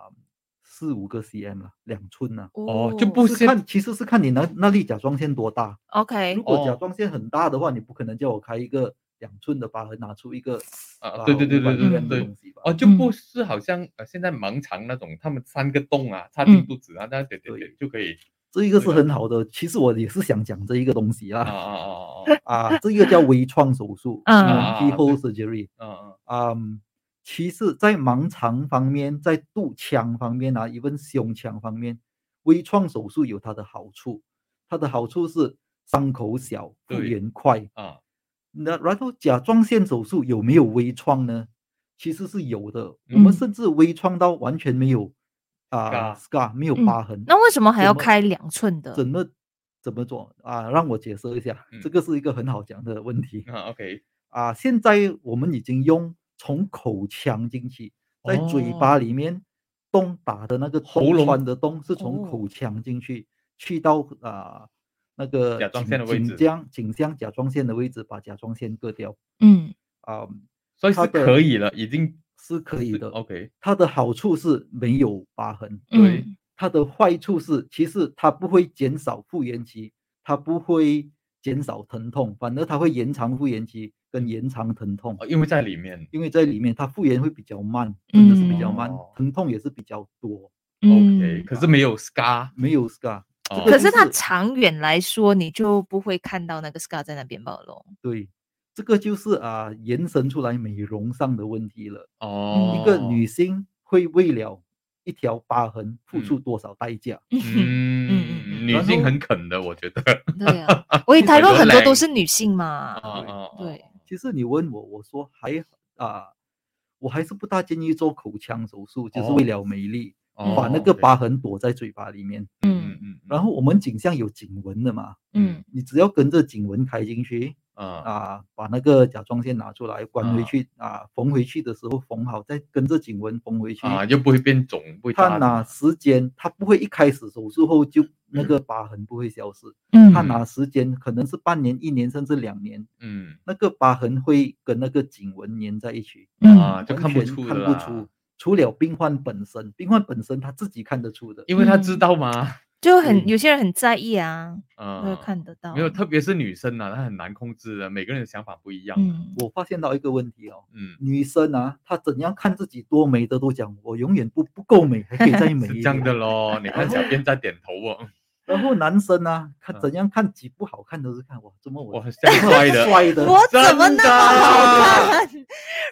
Speaker 1: 四五个 cm 了，两寸呐、
Speaker 4: 哦就不
Speaker 1: 不
Speaker 4: 是
Speaker 1: 是看，其实是看你那那粒甲状腺多大。
Speaker 3: OK
Speaker 1: 如。果甲
Speaker 4: 哦
Speaker 1: 状腺很大的话，你不可能叫我开一个两寸的疤痕拿出一个
Speaker 4: 啊，
Speaker 1: 啊
Speaker 4: 对对对对
Speaker 1: 500 ml
Speaker 4: 对
Speaker 1: 的
Speaker 4: 对，
Speaker 1: 东西吧。
Speaker 4: 哦，就不是好像呃现在盲肠那种，他们三个洞啊，插进
Speaker 3: 嗯
Speaker 4: 肚子啊，那对对
Speaker 1: 对
Speaker 4: 对就可以
Speaker 1: 这一个是
Speaker 4: 对的
Speaker 1: 很好的，其实我也是想讲这一个东西
Speaker 4: 啊
Speaker 1: 啦，
Speaker 4: 啊啊啊啊
Speaker 1: 啊，这个叫微创手术，
Speaker 3: 嗯
Speaker 4: 啊
Speaker 1: 嗯，keyhole
Speaker 4: 对
Speaker 1: surgery，
Speaker 4: 啊啊
Speaker 1: 啊、其次在盲肠方面，在肚腔方面啊，一份胸腔方面，微创手术有它的好处，它的好处是伤口小，复
Speaker 4: 对
Speaker 1: 原快。
Speaker 4: 啊
Speaker 1: 那然后甲状腺手术有没有微创呢？其实是有的，我
Speaker 3: 嗯
Speaker 1: 们甚至微创到完全没有啊、
Speaker 4: Scar
Speaker 1: scar，没有
Speaker 3: 嗯
Speaker 1: 疤痕。
Speaker 3: 那为什么还要
Speaker 1: 怎么
Speaker 3: 开两寸的？
Speaker 1: 怎么怎么做啊？让我解释一下，这
Speaker 4: 嗯
Speaker 1: 个是一个很好讲的问题。
Speaker 4: 啊，OK，
Speaker 1: 啊，现在我们已经用从口腔进去，在嘴
Speaker 4: 哦
Speaker 1: 巴里面洞打的那个
Speaker 4: 喉
Speaker 1: 洞
Speaker 4: 咙
Speaker 1: 穿的洞是从
Speaker 4: 哦
Speaker 1: 口腔进去，去到啊、那个
Speaker 4: 甲状
Speaker 1: 颈
Speaker 4: 腺的位置
Speaker 1: 颈腔颈腔甲状腺的位置，把甲状腺割掉
Speaker 3: 嗯
Speaker 1: 啊、
Speaker 4: 所以是
Speaker 1: 它的
Speaker 4: 可以了，已经
Speaker 1: 是可以
Speaker 4: 是
Speaker 1: 的。
Speaker 4: OK，
Speaker 1: 它的好处是没有疤痕，
Speaker 4: 对
Speaker 3: 嗯
Speaker 1: 它的坏处是其实它不会减少复原期，它不会减少疼痛，反而它会延长复原期跟延长疼痛。
Speaker 4: 哦因为在里面
Speaker 1: 因为在里面它复原会比较慢，真的是比较慢，
Speaker 4: 嗯
Speaker 1: 疼痛也是比较多，
Speaker 4: OK，
Speaker 3: 嗯。
Speaker 4: 可是没有 scar，
Speaker 1: 没有 scar。这
Speaker 4: 哦
Speaker 1: 个
Speaker 3: 可是它
Speaker 1: 就是
Speaker 3: 长远来说，你就不会看到那个 scar 在那边暴露。
Speaker 1: 对，这个就是啊、延伸出来美容上的问题了。
Speaker 4: 哦，
Speaker 1: 一个女性会为了一条疤痕付出
Speaker 4: 嗯
Speaker 1: 多少代价？
Speaker 3: 嗯嗯
Speaker 4: 嗯，女
Speaker 1: 然
Speaker 4: 性
Speaker 1: 后
Speaker 4: 很肯的，我觉得
Speaker 3: 对 啊，我台湾很多都是女性嘛
Speaker 4: 啊。啊，啊
Speaker 3: 对，
Speaker 1: 其实你问我，我说还啊、我还是不大建议做口腔手术，就是
Speaker 4: 哦
Speaker 1: 为了美丽，
Speaker 4: 哦
Speaker 1: 把那个
Speaker 4: OK
Speaker 1: 疤痕躲在嘴巴里面。
Speaker 4: 嗯嗯，
Speaker 1: 然后我们颈项有颈纹的嘛，
Speaker 3: 嗯
Speaker 1: 你只要跟着颈纹开进去，
Speaker 4: 啊
Speaker 1: 啊，把那个甲状腺拿出来关回
Speaker 4: 啊
Speaker 1: 去啊，缝回去的时候缝好，再跟着颈纹缝回去。
Speaker 4: 啊，又不会变肿，不会
Speaker 1: 他
Speaker 4: 扎的嗯
Speaker 1: 拿
Speaker 4: 嘛
Speaker 1: 时间，他不会一开始手术后就那个疤痕不会消失，
Speaker 3: 嗯
Speaker 1: 他拿时间可能是半年、一年甚至两年，
Speaker 4: 嗯
Speaker 1: 那个疤痕会跟那个颈纹粘在一起，
Speaker 3: 嗯
Speaker 4: 啊，就
Speaker 1: 完
Speaker 4: 看不
Speaker 1: 全
Speaker 4: 出的
Speaker 1: 看不
Speaker 4: 啦
Speaker 1: 出。除了病患本身，病患本身他自己看得出的。
Speaker 4: 因为他
Speaker 3: 嗯
Speaker 4: 知道嘛，
Speaker 3: 就很
Speaker 1: 对
Speaker 3: 有些人很在意啊，
Speaker 4: 嗯
Speaker 3: 会，看得到。
Speaker 4: 没有，特别是女生啊，她很难控制的，每个人的想法不一样啊的。
Speaker 3: 嗯，
Speaker 1: 我发现到一个问题哦，
Speaker 4: 嗯，
Speaker 1: 女生啊，她怎样看自己多美的都讲，我永远不不够美，还可以 再美一
Speaker 4: 嗯是
Speaker 1: 点。
Speaker 4: 这样的咯。你看小编在点头哦，
Speaker 1: 然后男生呢，看
Speaker 4: 嗯
Speaker 1: 怎样看几不好看都是看哇，怎么
Speaker 4: 我
Speaker 1: 我
Speaker 4: 很像帅的，
Speaker 1: 帅的，
Speaker 3: 我怎么
Speaker 4: 真
Speaker 3: 那么好
Speaker 4: 的
Speaker 3: 看？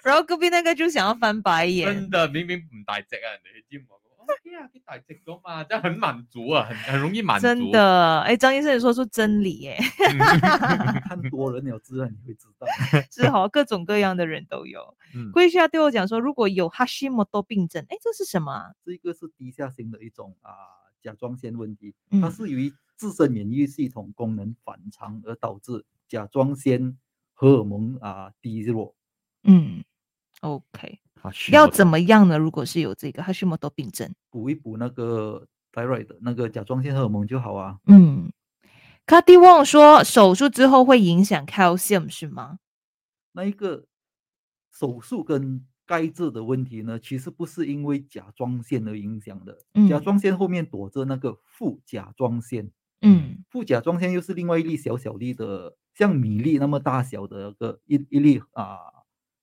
Speaker 3: 然后隔壁那个就想要翻白眼
Speaker 4: 真。的明明唔大隻啊，人哋去 gym 我講 OK 啊，佢大隻咗嘛，真係很滿足啊，很很容易滿足。
Speaker 3: 真的，哎，张医生也说出真理 耶，
Speaker 1: 看多人了，自然你会知道。
Speaker 3: 是哈，各种各样的人都有。
Speaker 4: 嗯，
Speaker 3: 桂夏对我讲说，如果有哈希莫多病症，哎，这是什么啊？
Speaker 1: 这个是低下心的一种啊甲状腺问题，它
Speaker 3: 嗯
Speaker 1: 是由于自身免疫系统功能反常而导致甲状腺荷尔蒙啊低落。
Speaker 3: 嗯，OK，
Speaker 1: 啊，
Speaker 3: 要怎么样呢？如果是有这个哈希莫多病症，
Speaker 1: 补一补那个 thyroid 的那个甲状腺荷尔蒙就好啊？
Speaker 3: 嗯。卡蒂旺说，手术之后会影响 calcium 是吗？
Speaker 1: 那一个手术跟钙质的问题呢，其实不是因为甲状腺而影响的。甲
Speaker 3: 嗯
Speaker 1: 状腺后面躲着那个副甲状腺，
Speaker 3: 嗯
Speaker 1: 副甲状腺又是另外一粒小小粒的，像米粒那么大小的一个一一粒啊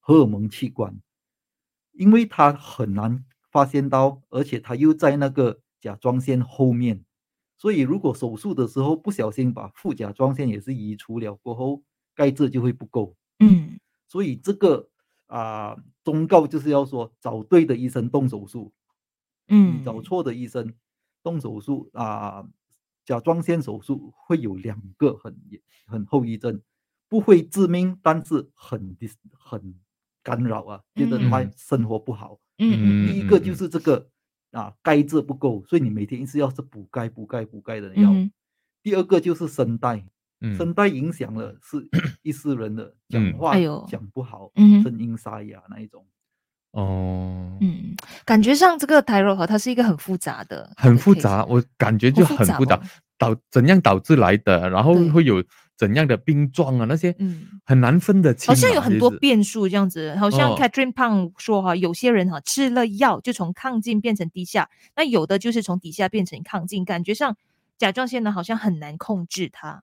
Speaker 1: 荷尔蒙器官，因为它很难发现到，而且它又在那个甲状腺后面，所以如果手术的时候不小心把副甲状腺也是移除了过后，钙质就会不够。
Speaker 3: 嗯
Speaker 1: 所以这个啊、忠告就是要说，找对的医生动手术，
Speaker 3: 嗯
Speaker 1: 你，找错的医生动手术啊、甲状腺手术会有两个很严很后遗症，不会致命，但是很 dis- 很干扰啊，觉得他
Speaker 4: 嗯
Speaker 1: 生活不好。
Speaker 3: 嗯嗯
Speaker 1: 第一个
Speaker 4: 嗯嗯
Speaker 1: 就
Speaker 4: 嗯
Speaker 1: 是这个啊，钙质不够，所以你每天一直要是补钙补钙补钙的药。
Speaker 3: 嗯
Speaker 1: 第二个就是声带，
Speaker 4: 嗯
Speaker 1: 声带影响了是 一世人的
Speaker 4: 嗯
Speaker 1: 讲话
Speaker 3: 哎呦
Speaker 1: 讲不好，
Speaker 3: 嗯哼
Speaker 1: 声音沙哑那一种。
Speaker 4: 哦，
Speaker 3: 嗯，感觉上这个 t y r o 它是一个很复杂的，
Speaker 4: 很复杂，，我感觉就
Speaker 3: 好复
Speaker 4: 很
Speaker 3: 杂
Speaker 4: 复杂
Speaker 3: 哦，
Speaker 4: 导怎样导致来的，然后
Speaker 3: 对
Speaker 4: 会有怎样的病状啊，那些
Speaker 3: 嗯
Speaker 4: 很难分得清啊。
Speaker 3: 好像有很
Speaker 4: 其
Speaker 3: 多
Speaker 4: 实
Speaker 3: 变数这样子。好像
Speaker 4: 哦
Speaker 3: Catherine 胖说哈，有些人哈吃了药就从亢进变成低下，那有的就是从底下变成亢进，感觉上甲状腺呢好像很难控制它。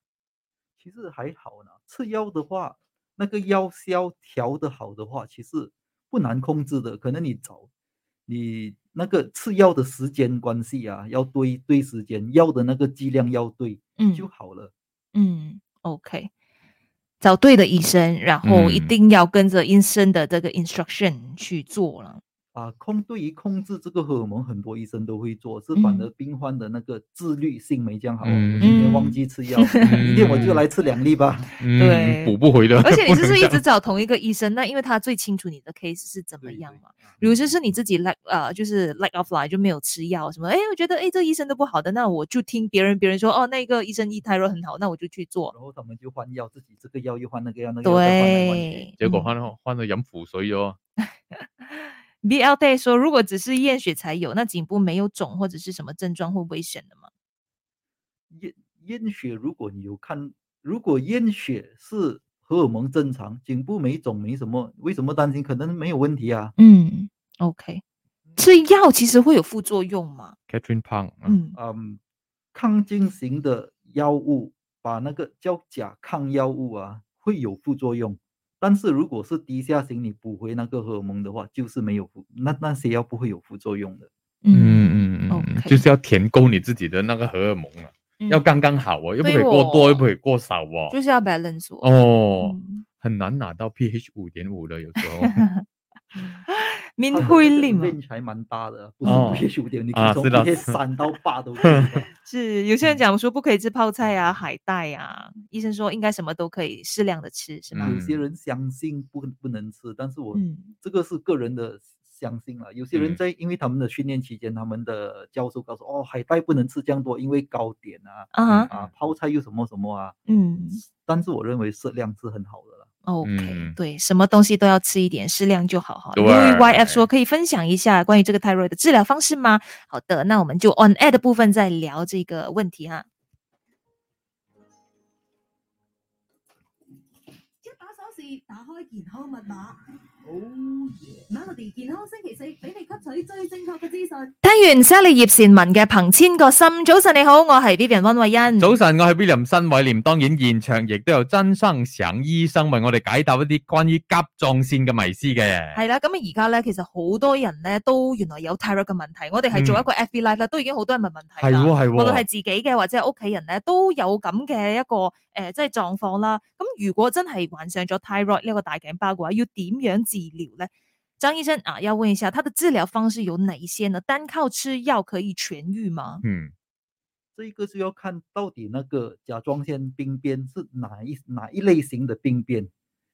Speaker 1: 其实还好呢，吃药的话，那个药效调得好的话，其实不难控制的。可能你找你那个吃药的时间关系啊，要对对时间，药的那个剂量要对
Speaker 3: 嗯
Speaker 1: 就好了。
Speaker 3: 嗯，OK，找对的医生，然后一
Speaker 4: 嗯
Speaker 3: 定要跟着医生的这个 instruction 去做了。
Speaker 1: 啊，控对于控制这个荷尔蒙，很多医生都会做，是反而
Speaker 3: 嗯
Speaker 1: 病患的那个自律性没这样好。我今天忘
Speaker 3: 嗯
Speaker 1: 记吃药，明天我就来吃两粒吧。
Speaker 4: 嗯
Speaker 3: 对
Speaker 4: 补不回 的。
Speaker 3: 而且你
Speaker 4: 不
Speaker 3: 就
Speaker 4: 能
Speaker 3: 是
Speaker 4: 这
Speaker 3: 一
Speaker 4: 样
Speaker 3: 直找同一个医生，那因为他最清楚你的 case 是怎么
Speaker 1: 对
Speaker 3: 样
Speaker 1: 对
Speaker 3: 嘛。比如
Speaker 4: 嗯
Speaker 3: 就是你自己 like 呃，就是 like off line 就没有吃药什么，哎，我觉得哎这医生都不好的，那我就听别人别人说哦那个医生益泰若很好，那我就去做。
Speaker 1: 然后他们就换药，自己这个药又换那个药，那个药再换来换去。
Speaker 3: 对，
Speaker 4: 结果
Speaker 3: 嗯
Speaker 4: 翻到翻到饮符水咗，
Speaker 3: B L Day 说，如果只是验血才有，那颈部没有肿或者是什么症状会危险的吗？
Speaker 1: 验验血，如果你有看，如果验血是荷尔蒙正常，颈部没肿没什么，为什么担心？可能没有问题啊。
Speaker 3: 嗯，OK，吃
Speaker 4: 嗯
Speaker 3: 药其实会有副作用嘛？
Speaker 4: Catherine Pang，嗯
Speaker 3: 嗯
Speaker 1: 嗯，抗进型的药物，把那个叫甲抗药物啊，会有副作用。但是如果是低下型，你补回那个荷尔蒙的话，就是没有副，那那些药不会有副作用的。
Speaker 4: 嗯嗯嗯嗯，
Speaker 3: OK
Speaker 4: 就是要填够你自己的那个荷尔蒙啊，要刚刚好哦，又不可以过多，
Speaker 3: 嗯对哦
Speaker 4: 又不可以过少哦
Speaker 3: 就。是要 balance 我。
Speaker 4: 哦，
Speaker 3: 嗯
Speaker 4: 很难拿到 pH 五点五的，有时 候
Speaker 3: 敏
Speaker 1: 它的
Speaker 3: 慧
Speaker 1: 那个
Speaker 3: 力嘛，
Speaker 1: range 还蛮大的，啊不是
Speaker 4: 哦
Speaker 1: 不九点，你可
Speaker 4: 啊
Speaker 1: 以从
Speaker 4: 知道
Speaker 1: 一些
Speaker 4: 知
Speaker 1: 三到八都可以的。
Speaker 3: 是有些人
Speaker 1: 嗯
Speaker 3: 讲说不可以吃泡菜啊、海带啊，医生说应该什么都可以适量的吃，是吗？
Speaker 1: 有些
Speaker 4: 嗯
Speaker 1: 人相信不不能吃，但是我
Speaker 3: 嗯
Speaker 1: 这个是个人的相信了。有些
Speaker 4: 嗯
Speaker 1: 人在因为他们的训练期间，他们的教授告诉哦，海带不能吃这样多，因为高碘啊
Speaker 3: 啊哈，
Speaker 1: 啊，泡菜又什么什么啊。
Speaker 3: 嗯
Speaker 1: 但是我认为适量是很好的了。
Speaker 3: ，OK，
Speaker 4: 嗯
Speaker 3: 对，什么东西都要吃一点，适量就好哈。
Speaker 4: 对
Speaker 3: YF 说可以分享一下关于这个 thyroid 的治疗方式吗？好的，那我们就 on air 的部分再聊这个问题哈。
Speaker 6: 一把鎖匙打開健康密碼。Melody 健康星期四俾你吸取最正確嘅資訊。
Speaker 3: 聽完 Sally 葉善文嘅憑千個心，早晨你好，我係 Vivian 温慧欣。
Speaker 4: 早晨，我系 William 新伟廉，当然現場亦都有真生想醫生為我哋解答一啲關於甲狀腺嘅迷思嘅。
Speaker 3: 系啦，咁啊而家咧，其實好多人咧都原來有 thyroid 嘅問題。我哋係做
Speaker 4: 嗯
Speaker 3: 一個 FB live 啦，都已經好多人問問題
Speaker 4: 係
Speaker 3: 啦。
Speaker 4: 喎係
Speaker 3: 無論係
Speaker 4: 喎，
Speaker 3: 自己嘅或者係屋企人咧，都有咁嘅一個誒、呃即係狀況啦。咁如果真係患上咗 thyroid 呢個大頸包嘅話，要點樣治療咧？張醫生啊，要問一下，他的治療方式有哪一些呢？單靠吃藥可以痊癒嗎？
Speaker 4: 嗯
Speaker 1: 这个是要看到底那个甲状腺病变是哪一哪一类型的病变。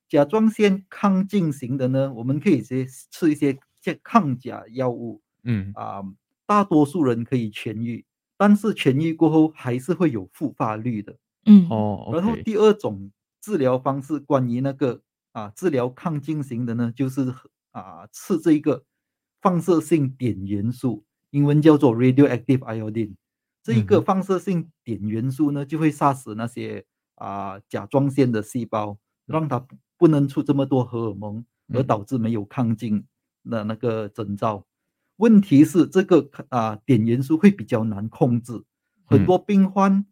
Speaker 1: 甲状腺亢进型的呢，我们可以直接吃一些健抗甲药物，
Speaker 4: 嗯
Speaker 1: 啊、大多数人可以痊愈，但是痊愈过后还是会有复发率的。
Speaker 3: 嗯，
Speaker 4: 哦
Speaker 1: 然后
Speaker 4: ，OK，
Speaker 1: 第二种治疗方式，关于那个啊、治疗抗进型的呢，就是啊、吃这个放射性碘元素，英文叫做 radioactive iodine。这一
Speaker 4: 嗯
Speaker 1: 个
Speaker 4: 哼
Speaker 1: 放射性碘元素呢，就会杀死那些啊、甲状腺的细胞，让它不不能出这么多荷尔蒙，而
Speaker 4: 嗯
Speaker 1: 导致没有抗进的那个征兆。问题是这个啊碘元素会比较难控制，
Speaker 4: 嗯
Speaker 1: 很多病患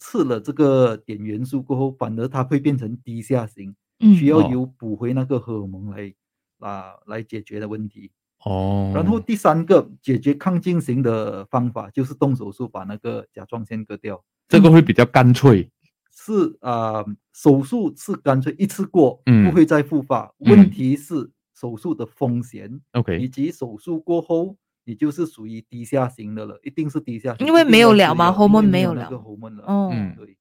Speaker 1: 吃了这个碘元素过后，反而它会变成低下型，
Speaker 3: 嗯
Speaker 1: 需要
Speaker 4: 哦
Speaker 1: 由补回那个荷尔蒙来啊来解决的问题。
Speaker 4: 哦，
Speaker 1: 然后第三个解决亢进型的方法就是动手术把那个甲状腺割掉，
Speaker 4: 这个會比較乾脆，
Speaker 1: 是啊、手术是干脆一次过，
Speaker 4: 嗯
Speaker 1: 不会再复发。
Speaker 4: 嗯
Speaker 1: 问题是手术的风险
Speaker 4: OK，
Speaker 1: 以及手术过后。你就是属于低下型的了，一定是低下型，
Speaker 3: 因为
Speaker 1: 一定
Speaker 3: 没有
Speaker 1: 要
Speaker 3: 了
Speaker 1: 治疗
Speaker 3: 嘛
Speaker 1: 因
Speaker 3: ，hormone
Speaker 1: 为
Speaker 3: 没
Speaker 1: 没
Speaker 3: 有
Speaker 1: 那
Speaker 3: 了
Speaker 1: 个 hormone 了。
Speaker 3: 哦，
Speaker 4: 嗯
Speaker 1: 对，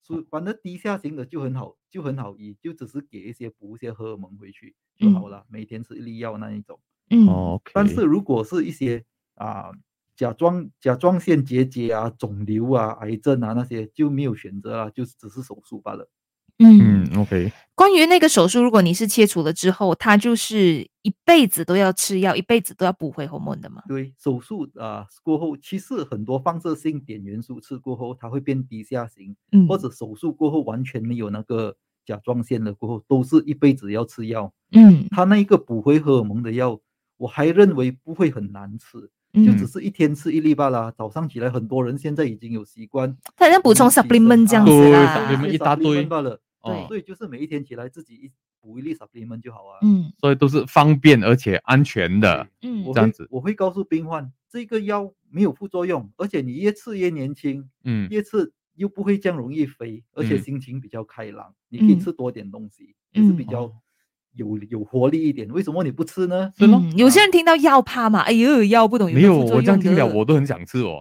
Speaker 1: 所以反正低下型的就很好，就很好医，就只是给一些补一些荷尔蒙回去就好
Speaker 3: 嗯
Speaker 1: 了，每天吃一粒药那一种。
Speaker 3: 嗯，
Speaker 4: 哦，OK，
Speaker 1: 但是如果是一些啊甲状甲状腺结节啊、肿瘤啊、癌症啊那些就没有选择啊，就只是手术罢了。
Speaker 3: 嗯
Speaker 4: 嗯，，OK，
Speaker 3: 关于那个手术，如果你是切除了之后，它就是一辈子都要吃药，一辈子都要补回 hormone 的嘛。
Speaker 1: 对，手术啊过后，其实很多放射性碘元素吃过后，它会变低下型，
Speaker 3: 嗯，
Speaker 1: 或者手术过后完全没有那个甲状腺了，过后都是一辈子要吃药。
Speaker 3: 嗯，
Speaker 1: 他那一个补回荷尔蒙的药，我还认为不会很难吃，就只
Speaker 3: 嗯，
Speaker 1: 是一天吃一粒罢啦。早上起来，很多人现在已经有习惯，
Speaker 3: 它好像补充
Speaker 1: 补起身
Speaker 3: supplement 这样
Speaker 1: 啊
Speaker 3: 子
Speaker 4: 对
Speaker 3: 啦。
Speaker 4: supplement
Speaker 1: 些
Speaker 4: 一大
Speaker 1: supplement
Speaker 4: 堆
Speaker 1: 罢了。
Speaker 4: 哦
Speaker 3: 对
Speaker 1: 所以就是每一天起来自己一补一粒 supplement 就好啊。
Speaker 3: 嗯
Speaker 4: 所以都是方便而且安全的。
Speaker 3: 嗯
Speaker 1: 我
Speaker 4: 这样
Speaker 1: 会
Speaker 4: 子
Speaker 1: 我会告诉病患，这个药没有副作用，而且你越吃越年轻，
Speaker 4: 嗯
Speaker 1: 越吃又不会这样容易肥，而且
Speaker 4: 嗯
Speaker 1: 心情比较开朗，你可以
Speaker 3: 嗯
Speaker 1: 吃多点东西，也是
Speaker 3: 嗯
Speaker 1: 比较
Speaker 4: 哦
Speaker 1: 有有活力一点。为什么你不吃呢？
Speaker 4: 对咯
Speaker 3: 嗯有些人听到药怕嘛，哎呦，药不懂
Speaker 4: 没有，
Speaker 3: 副作
Speaker 4: 我这样
Speaker 3: 用
Speaker 4: 听了
Speaker 3: 的
Speaker 4: 我都很想吃 哦。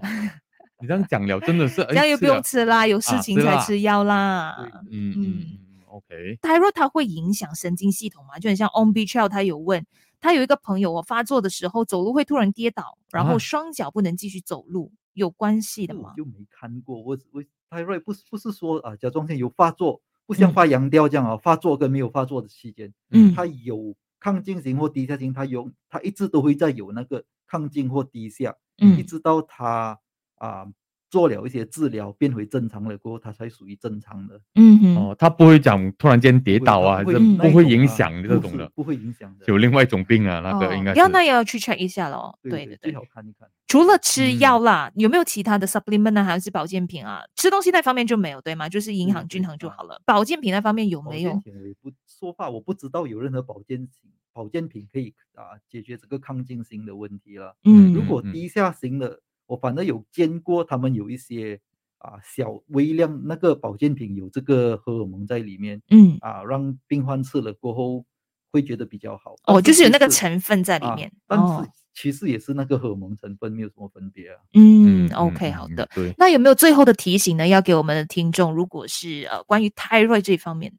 Speaker 4: 你这样讲了，真的是，
Speaker 3: 这
Speaker 4: 哎，
Speaker 3: 样又
Speaker 4: 是
Speaker 3: 不
Speaker 4: 啊
Speaker 3: 用吃啦，有事
Speaker 4: 啊
Speaker 3: 情
Speaker 4: 对
Speaker 3: 才
Speaker 4: 啦
Speaker 3: 吃药啦。
Speaker 1: 对
Speaker 4: 嗯
Speaker 3: 嗯
Speaker 4: 嗯嗯，OK，
Speaker 3: thyroid 它会影响神经系统嘛？就很像 On b e c h i l 他有问，他有一个朋友，我发作的时候走路会突然跌倒，然后
Speaker 4: 啊哦
Speaker 3: 双脚不能继续走路，有关系的
Speaker 1: 这我
Speaker 3: 吗？
Speaker 1: 就没看过，我我 thyroid 不是不是说啊甲状腺有发作，不像
Speaker 3: 嗯
Speaker 1: 发羊吊这样啊，发作跟没有发作的期间，
Speaker 3: 嗯
Speaker 1: 它有亢进型或低下型，它有它一直都会在有那个亢进或低下，一
Speaker 3: 嗯
Speaker 1: 直到它啊、做了一些治疗变回正常了过后，它才属于正常的。
Speaker 3: 嗯哼，
Speaker 4: 哦，他不会讲突然间跌
Speaker 1: 不会
Speaker 4: 倒
Speaker 1: 它
Speaker 4: 啊，还
Speaker 1: 不
Speaker 4: 是
Speaker 1: 会那
Speaker 4: 不
Speaker 1: 一
Speaker 4: 会
Speaker 1: 种
Speaker 4: 影
Speaker 1: 啊
Speaker 4: 响这
Speaker 1: 不
Speaker 4: 种
Speaker 1: 是
Speaker 4: 的，
Speaker 1: 不会影响的。哦
Speaker 4: 有另外一种病啊，那个应该是
Speaker 3: 哦要那也要去 check 一下咯。
Speaker 1: 对
Speaker 3: 对哦
Speaker 1: 最好看一看。
Speaker 3: 除了吃
Speaker 4: 嗯
Speaker 3: 药啦，有没有其他的 supplement 啊，还是保健品啊？吃东西那方面就没有，对吗？就是
Speaker 4: 嗯
Speaker 3: 营
Speaker 1: 对
Speaker 3: 养
Speaker 1: 对
Speaker 3: 均衡就
Speaker 1: 啊
Speaker 3: 好了。保健品那方面有
Speaker 1: 保
Speaker 3: 没
Speaker 1: 健
Speaker 3: 有？
Speaker 1: 品我也不说话，我不知道有任何保健品保健品可以啊解决这个亢进型的问题了。
Speaker 3: 嗯，
Speaker 1: 如果
Speaker 4: 嗯嗯
Speaker 1: 低下型的，我反而有见过他们有一些啊小微量那个保健品有这个荷尔蒙在里面
Speaker 3: 嗯，
Speaker 1: 啊，让病患吃了过后会觉得比较好。但
Speaker 3: 哦，就是有那个
Speaker 1: 其实
Speaker 3: 成分在里
Speaker 1: 啊
Speaker 3: 面。
Speaker 1: 但
Speaker 3: 哦
Speaker 1: 是，其实也是那个荷尔蒙成分没有什么分别啊。
Speaker 3: 嗯，OK，好的。，
Speaker 4: 对，
Speaker 3: 那有没有最后的提醒呢？要给我们的听众，如果是呃关于 thyroid 这方面，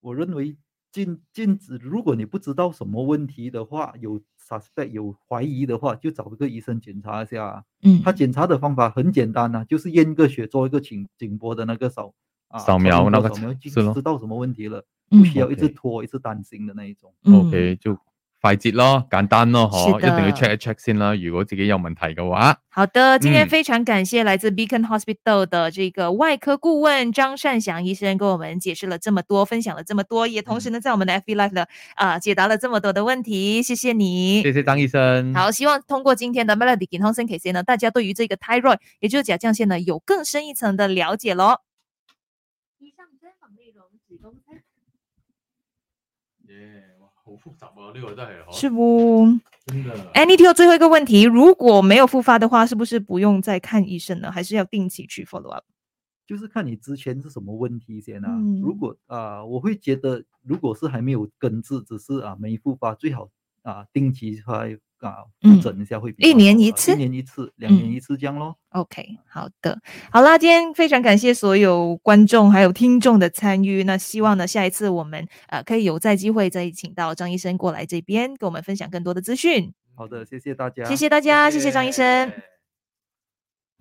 Speaker 1: 我认为禁禁止，如果你不知道什么问题的话，有 suspect 有怀疑的话，就找一个医生检查一下啊。
Speaker 3: 嗯，
Speaker 1: 他检查的方法很简单呐、啊就是验个血，做一个颈颈波的那个扫啊
Speaker 4: 扫描
Speaker 1: 颈
Speaker 4: 那
Speaker 1: 波
Speaker 4: 个
Speaker 1: 扫描，
Speaker 4: 查
Speaker 1: 就是
Speaker 4: 咯
Speaker 1: 知道什么问题了，
Speaker 3: 嗯
Speaker 1: 不需要一直
Speaker 4: OK
Speaker 1: 拖、一直担心的那一种。
Speaker 3: 嗯
Speaker 4: OK 就快捷咯，簡單咯，嗬，
Speaker 3: 是
Speaker 4: 一定要
Speaker 3: 的
Speaker 4: check 一 check 先啦。如果自己有問題嘅話，
Speaker 3: 好的，今天
Speaker 4: 嗯
Speaker 3: 非常感谢来自 Beacon Hospital 的这个外科顾问张善祥医生跟我们解释了这么多，分享了这么多，也同时呢在我们的 FB Live 呢啊、解答了这么多的问题，谢谢你。
Speaker 4: 謝謝張醫生。
Speaker 3: 好，希望通过今天的 Melody 健康生 K C 呢，大家对于这个 thyroid，也就是甲状腺呢，有更深一层的了解喽。
Speaker 6: 以上专访内容只供参考。
Speaker 4: 耶，哇好複雜啊！呢個真係，
Speaker 3: 是不？
Speaker 4: 真的
Speaker 3: a n y t 最后一个问题，如果没有复发的话，是不是不用再看医生呢？还是要定期去 follow up？
Speaker 1: 就是看你之前是什么问题先啊。如
Speaker 3: 嗯
Speaker 1: 果啊、我会觉得，如果是还没有根治，只是啊没复发，最好啊定期去啊
Speaker 3: 嗯
Speaker 1: 复诊一下会比
Speaker 3: 一
Speaker 1: 较
Speaker 3: 年
Speaker 1: 好
Speaker 3: 一
Speaker 1: 啊
Speaker 3: 次
Speaker 1: 一年一次，两年
Speaker 3: 嗯
Speaker 1: 一次这样咯。
Speaker 3: OK，好的，好啦，今天非常感谢所有观众还有听众的参与。那希望呢，下一次我们呃可以有再机会再请到张医生过来这边，跟我们分享更多的资讯。
Speaker 1: 好的，谢谢大家，
Speaker 3: 谢谢大家，谢谢张医生，
Speaker 4: 耶